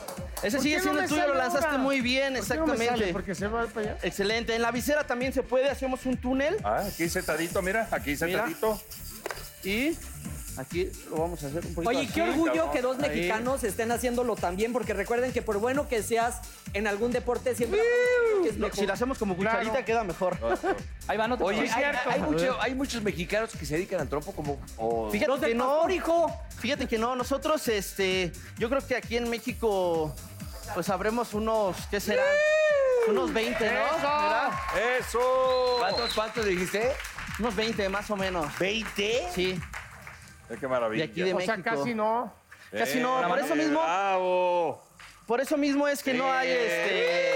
[SPEAKER 8] Ese
[SPEAKER 3] ¿Por
[SPEAKER 8] sigue
[SPEAKER 3] qué no
[SPEAKER 8] siendo
[SPEAKER 3] me
[SPEAKER 8] tuyo,
[SPEAKER 3] sale
[SPEAKER 8] lo lanzaste
[SPEAKER 3] ahora?
[SPEAKER 8] muy bien,
[SPEAKER 3] ¿por qué no me sale?
[SPEAKER 8] exactamente.
[SPEAKER 3] Porque se va para allá.
[SPEAKER 8] Excelente. En la visera también se puede, hacemos un túnel
[SPEAKER 4] Ah, aquí sentadito, mira, aquí sentadito.
[SPEAKER 8] y aquí lo vamos a hacer un poquito
[SPEAKER 5] Oye,
[SPEAKER 8] así.
[SPEAKER 5] qué orgullo
[SPEAKER 4] cabrón.
[SPEAKER 5] que dos
[SPEAKER 8] Ahí.
[SPEAKER 5] mexicanos estén haciéndolo también, porque recuerden que por bueno que seas en algún deporte siempre es
[SPEAKER 8] Lo- Si
[SPEAKER 5] mejor.
[SPEAKER 8] lo hacemos como cucharita
[SPEAKER 3] Claro.
[SPEAKER 8] queda mejor.
[SPEAKER 9] Ahí van otros.
[SPEAKER 2] Oye,
[SPEAKER 9] Oye,
[SPEAKER 2] hay, hay mucho- hay muchos mexicanos que se dedican al trompo como. o-
[SPEAKER 8] Fíjate
[SPEAKER 5] Los
[SPEAKER 8] que
[SPEAKER 5] del
[SPEAKER 8] no,
[SPEAKER 5] pastor, hijo.
[SPEAKER 8] Fíjate que no, nosotros, este, yo creo que aquí en México, pues habremos unos, ¿qué será? Unos 20, ¿no? ¿Verdad?
[SPEAKER 4] ¡Eso!
[SPEAKER 2] ¿Cuántos, cuántos dijiste?
[SPEAKER 8] Unos 20 más o menos.
[SPEAKER 2] ¿20?
[SPEAKER 8] Sí,
[SPEAKER 4] Eh, ¡Qué maravilla! Eh,
[SPEAKER 8] De aquí de
[SPEAKER 3] O sea,
[SPEAKER 8] México.
[SPEAKER 3] casi no.
[SPEAKER 8] casi
[SPEAKER 2] Eh,
[SPEAKER 8] no, por eso mismo,
[SPEAKER 2] ah.
[SPEAKER 4] ¡Bravo!
[SPEAKER 8] por eso mismo es que no hay este.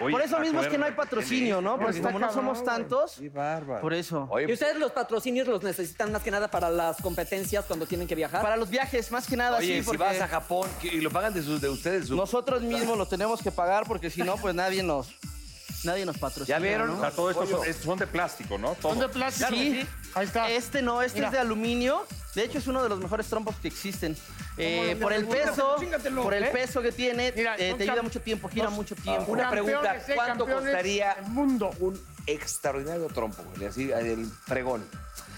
[SPEAKER 4] Oye,
[SPEAKER 8] por eso
[SPEAKER 4] la
[SPEAKER 8] mismo es que no hay
[SPEAKER 4] cuerda
[SPEAKER 8] patrocinio, ¿no? Porque
[SPEAKER 3] Está
[SPEAKER 8] como no
[SPEAKER 3] cabrón,
[SPEAKER 8] somos
[SPEAKER 3] güey.
[SPEAKER 8] tantos,
[SPEAKER 2] Qué bárbaro.
[SPEAKER 8] por eso.
[SPEAKER 5] Y
[SPEAKER 2] Oye, pues,
[SPEAKER 5] ustedes los patrocinios los necesitan más que nada para las competencias cuando tienen que viajar.
[SPEAKER 8] Para los viajes, más que nada,
[SPEAKER 2] oye,
[SPEAKER 8] sí,
[SPEAKER 2] si
[SPEAKER 8] porque
[SPEAKER 2] vas a Japón que- y lo pagan de, sus, de ustedes. su-
[SPEAKER 8] nosotros mismos lo tenemos que pagar porque si no, pues nadie nos, nadie nos patrocina.
[SPEAKER 2] ¿Ya vieron?
[SPEAKER 8] ¿no?
[SPEAKER 4] O sea, todo esto son, estos son de plástico, ¿no? Todo.
[SPEAKER 3] Son de plástico.
[SPEAKER 8] Sí.
[SPEAKER 3] Ahí está.
[SPEAKER 8] Este no, este
[SPEAKER 3] Mira.
[SPEAKER 8] es de aluminio. De hecho, es uno de los mejores trompos que existen. Eh, por el peso,
[SPEAKER 3] Chíngatelo,
[SPEAKER 8] por el
[SPEAKER 3] ¿eh?
[SPEAKER 8] peso que tiene,
[SPEAKER 3] Mira,
[SPEAKER 8] eh,
[SPEAKER 3] son
[SPEAKER 8] te ayuda
[SPEAKER 3] cam-
[SPEAKER 8] mucho tiempo, gira
[SPEAKER 3] los-
[SPEAKER 8] mucho tiempo.
[SPEAKER 2] Una
[SPEAKER 3] Campeones,
[SPEAKER 2] pregunta:
[SPEAKER 3] eh,
[SPEAKER 2] ¿cuánto
[SPEAKER 3] campeones
[SPEAKER 2] costaría
[SPEAKER 3] del mundo?
[SPEAKER 2] un extraordinario trompo? güey? Así, el fregón.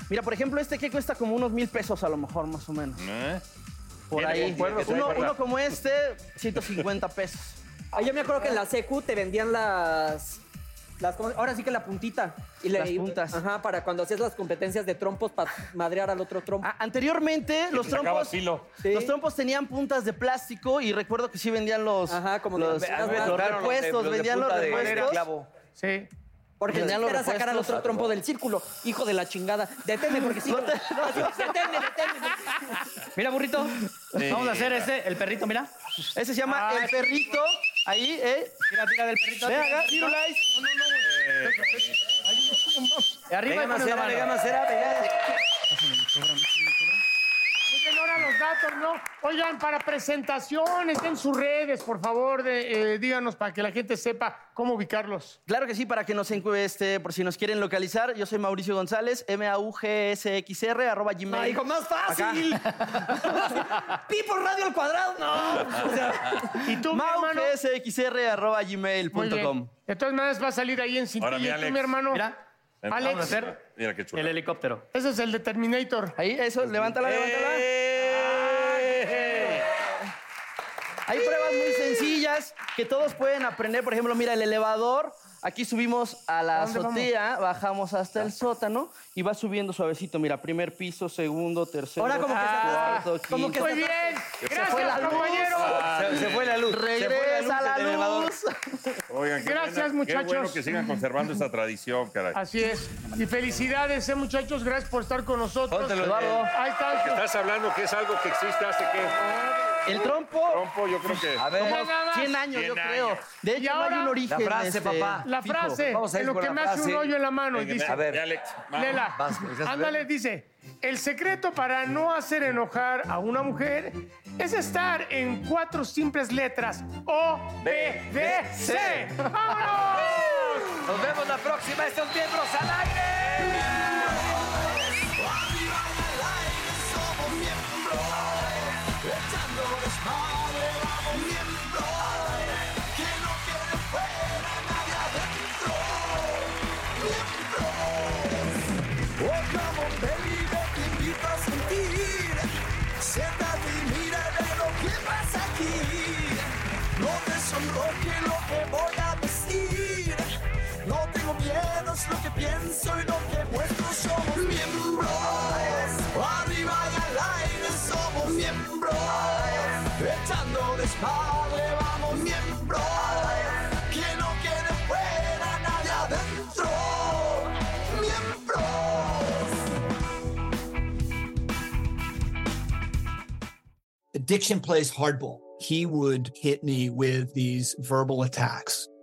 [SPEAKER 8] Mira, por ejemplo, este que cuesta como unos mil pesos a lo mejor, más o menos.
[SPEAKER 4] ¿Eh?
[SPEAKER 8] Por
[SPEAKER 4] Viene
[SPEAKER 8] ahí.
[SPEAKER 4] con cuerdas,
[SPEAKER 8] Uno,
[SPEAKER 4] ¿verdad?
[SPEAKER 8] uno como este, 150 pesos.
[SPEAKER 5] Ah, yo me acuerdo que en la secu te vendían las... las ¿cómo? ahora sí que la puntita. Y le-
[SPEAKER 8] Las puntas.
[SPEAKER 5] Ajá, para cuando hacías las competencias de trompos para madrear al otro trompo.
[SPEAKER 8] A- anteriormente, los trompos,
[SPEAKER 4] sacabas filo.
[SPEAKER 5] Sí.
[SPEAKER 8] los trompos tenían puntas de plástico y recuerdo que sí vendían los,
[SPEAKER 5] Ajá, como
[SPEAKER 8] los,
[SPEAKER 5] de-
[SPEAKER 8] los
[SPEAKER 5] Claro, los de-
[SPEAKER 8] repuestos, vendían los repuestos.
[SPEAKER 3] Sí.
[SPEAKER 5] Porque
[SPEAKER 8] Tenían los
[SPEAKER 5] era sacar al otro
[SPEAKER 8] repuestos.
[SPEAKER 5] trompo del círculo. Hijo de la chingada. Detente, porque sí. Detente, detente.
[SPEAKER 9] Mira, burrito. Vamos a hacer este, el perrito, mira.
[SPEAKER 8] Ese se llama el perrito. Ahí, eh.
[SPEAKER 9] Mira, tira del perrito.
[SPEAKER 8] Ve,
[SPEAKER 9] tira del
[SPEAKER 8] haga,
[SPEAKER 9] perrito.
[SPEAKER 8] Firulais.
[SPEAKER 9] Y Arriba
[SPEAKER 2] Venga,
[SPEAKER 9] y pon la
[SPEAKER 2] Macera,
[SPEAKER 9] mano.
[SPEAKER 2] venga, Macera, venga.
[SPEAKER 3] Oigan, ahora los datos, ¿no? Oigan, para presentaciones, en sus redes, por favor, de, eh, díganos para que la gente sepa cómo ubicarlos.
[SPEAKER 8] Claro que sí, para que nos encueste, este, por si nos quieren localizar. Yo soy Mauricio González, M-A-U-G-S-X-R, arroba gmail.
[SPEAKER 5] Ay, hijo, más fácil. Pi por radio al cuadrado. No. O sea,
[SPEAKER 3] ¿Y tú, mi
[SPEAKER 8] Mau,
[SPEAKER 3] hermano?
[SPEAKER 8] GSXR, arroba
[SPEAKER 3] Muy bien.
[SPEAKER 8] gmail.com.
[SPEAKER 3] De todas maneras va a salir ahí en
[SPEAKER 4] Ahora,
[SPEAKER 3] Cintillo.
[SPEAKER 4] mi
[SPEAKER 3] ¿Y tú,
[SPEAKER 4] Alex.
[SPEAKER 3] mi hermano?
[SPEAKER 9] Mira,
[SPEAKER 3] Alex.
[SPEAKER 9] vamos a hacer
[SPEAKER 4] Mira qué chulo.
[SPEAKER 9] el helicóptero.
[SPEAKER 3] Ese es el de Terminator.
[SPEAKER 8] Ahí, eso, levántala,
[SPEAKER 5] Eh,
[SPEAKER 8] levántala.
[SPEAKER 4] ¡Eh!
[SPEAKER 8] Hay pruebas muy sencillas que todos pueden aprender. Por ejemplo, mira, el elevador. Aquí subimos a la
[SPEAKER 10] ¿A dónde vamos?
[SPEAKER 8] azotea, bajamos hasta el sótano y va subiendo suavecito. Mira, primer piso, segundo, tercero,
[SPEAKER 10] Ahora como que se
[SPEAKER 2] Ah,
[SPEAKER 10] atasca.
[SPEAKER 8] cuarto,
[SPEAKER 10] Como que
[SPEAKER 8] quinto.
[SPEAKER 10] se Muy atasca. bien.
[SPEAKER 8] Se
[SPEAKER 10] Gracias,
[SPEAKER 8] fue la luz.
[SPEAKER 10] compañero.
[SPEAKER 2] Se- se fue la luz. Se fue la
[SPEAKER 8] Regresa
[SPEAKER 2] luz
[SPEAKER 8] la
[SPEAKER 2] del
[SPEAKER 8] luz.
[SPEAKER 2] elevador.
[SPEAKER 4] Oigan, qué
[SPEAKER 3] Gracias,
[SPEAKER 4] buena-
[SPEAKER 3] muchachos.
[SPEAKER 4] Qué bueno que sigan conservando esa tradición, caray.
[SPEAKER 3] Así es. Y felicidades, eh, muchachos. Gracias por estar con nosotros.
[SPEAKER 4] Póntelo, Eduardo.
[SPEAKER 3] Ahí está.
[SPEAKER 4] Que estás hablando que es algo que existe hace que.
[SPEAKER 8] El trompo.
[SPEAKER 4] Trompo, yo creo que.
[SPEAKER 8] A ver, Como 100 años, yo creo. De
[SPEAKER 3] Y
[SPEAKER 8] hecho, no hay
[SPEAKER 3] ahora-
[SPEAKER 8] un origen. este,
[SPEAKER 3] La
[SPEAKER 8] fijo.
[SPEAKER 3] frase. en lo que me hace un rollo en la mano. y
[SPEAKER 2] Venga,
[SPEAKER 3] dice.
[SPEAKER 2] a ver. Vas,
[SPEAKER 3] Lela.
[SPEAKER 2] vas, vas, vas.
[SPEAKER 3] Ándale, dice. El secreto para no hacer enojar a una mujer es estar en cuatro simples letras. O, B, D, C. ¡Vámonos!
[SPEAKER 2] Nos vemos la próxima. este Estos miembros al
[SPEAKER 1] Echando desmadre, vamos miembro. Que no quede fuera nadie adentro. Miembros. Oh, como baby, te invito a sentir. Siéntate y mira de lo que pasa aquí. No te sonroje lo que voy a decir. No tengo miedo, es lo que pienso y lo que muestro. Somos miembros. Arriba y al aire somos miembros. Echando desmadre, vamos miembros. Que no quede fuera nadie adentro. Miembros.
[SPEAKER 11] Addiction plays hardball. He would hit me with these verbal attacks.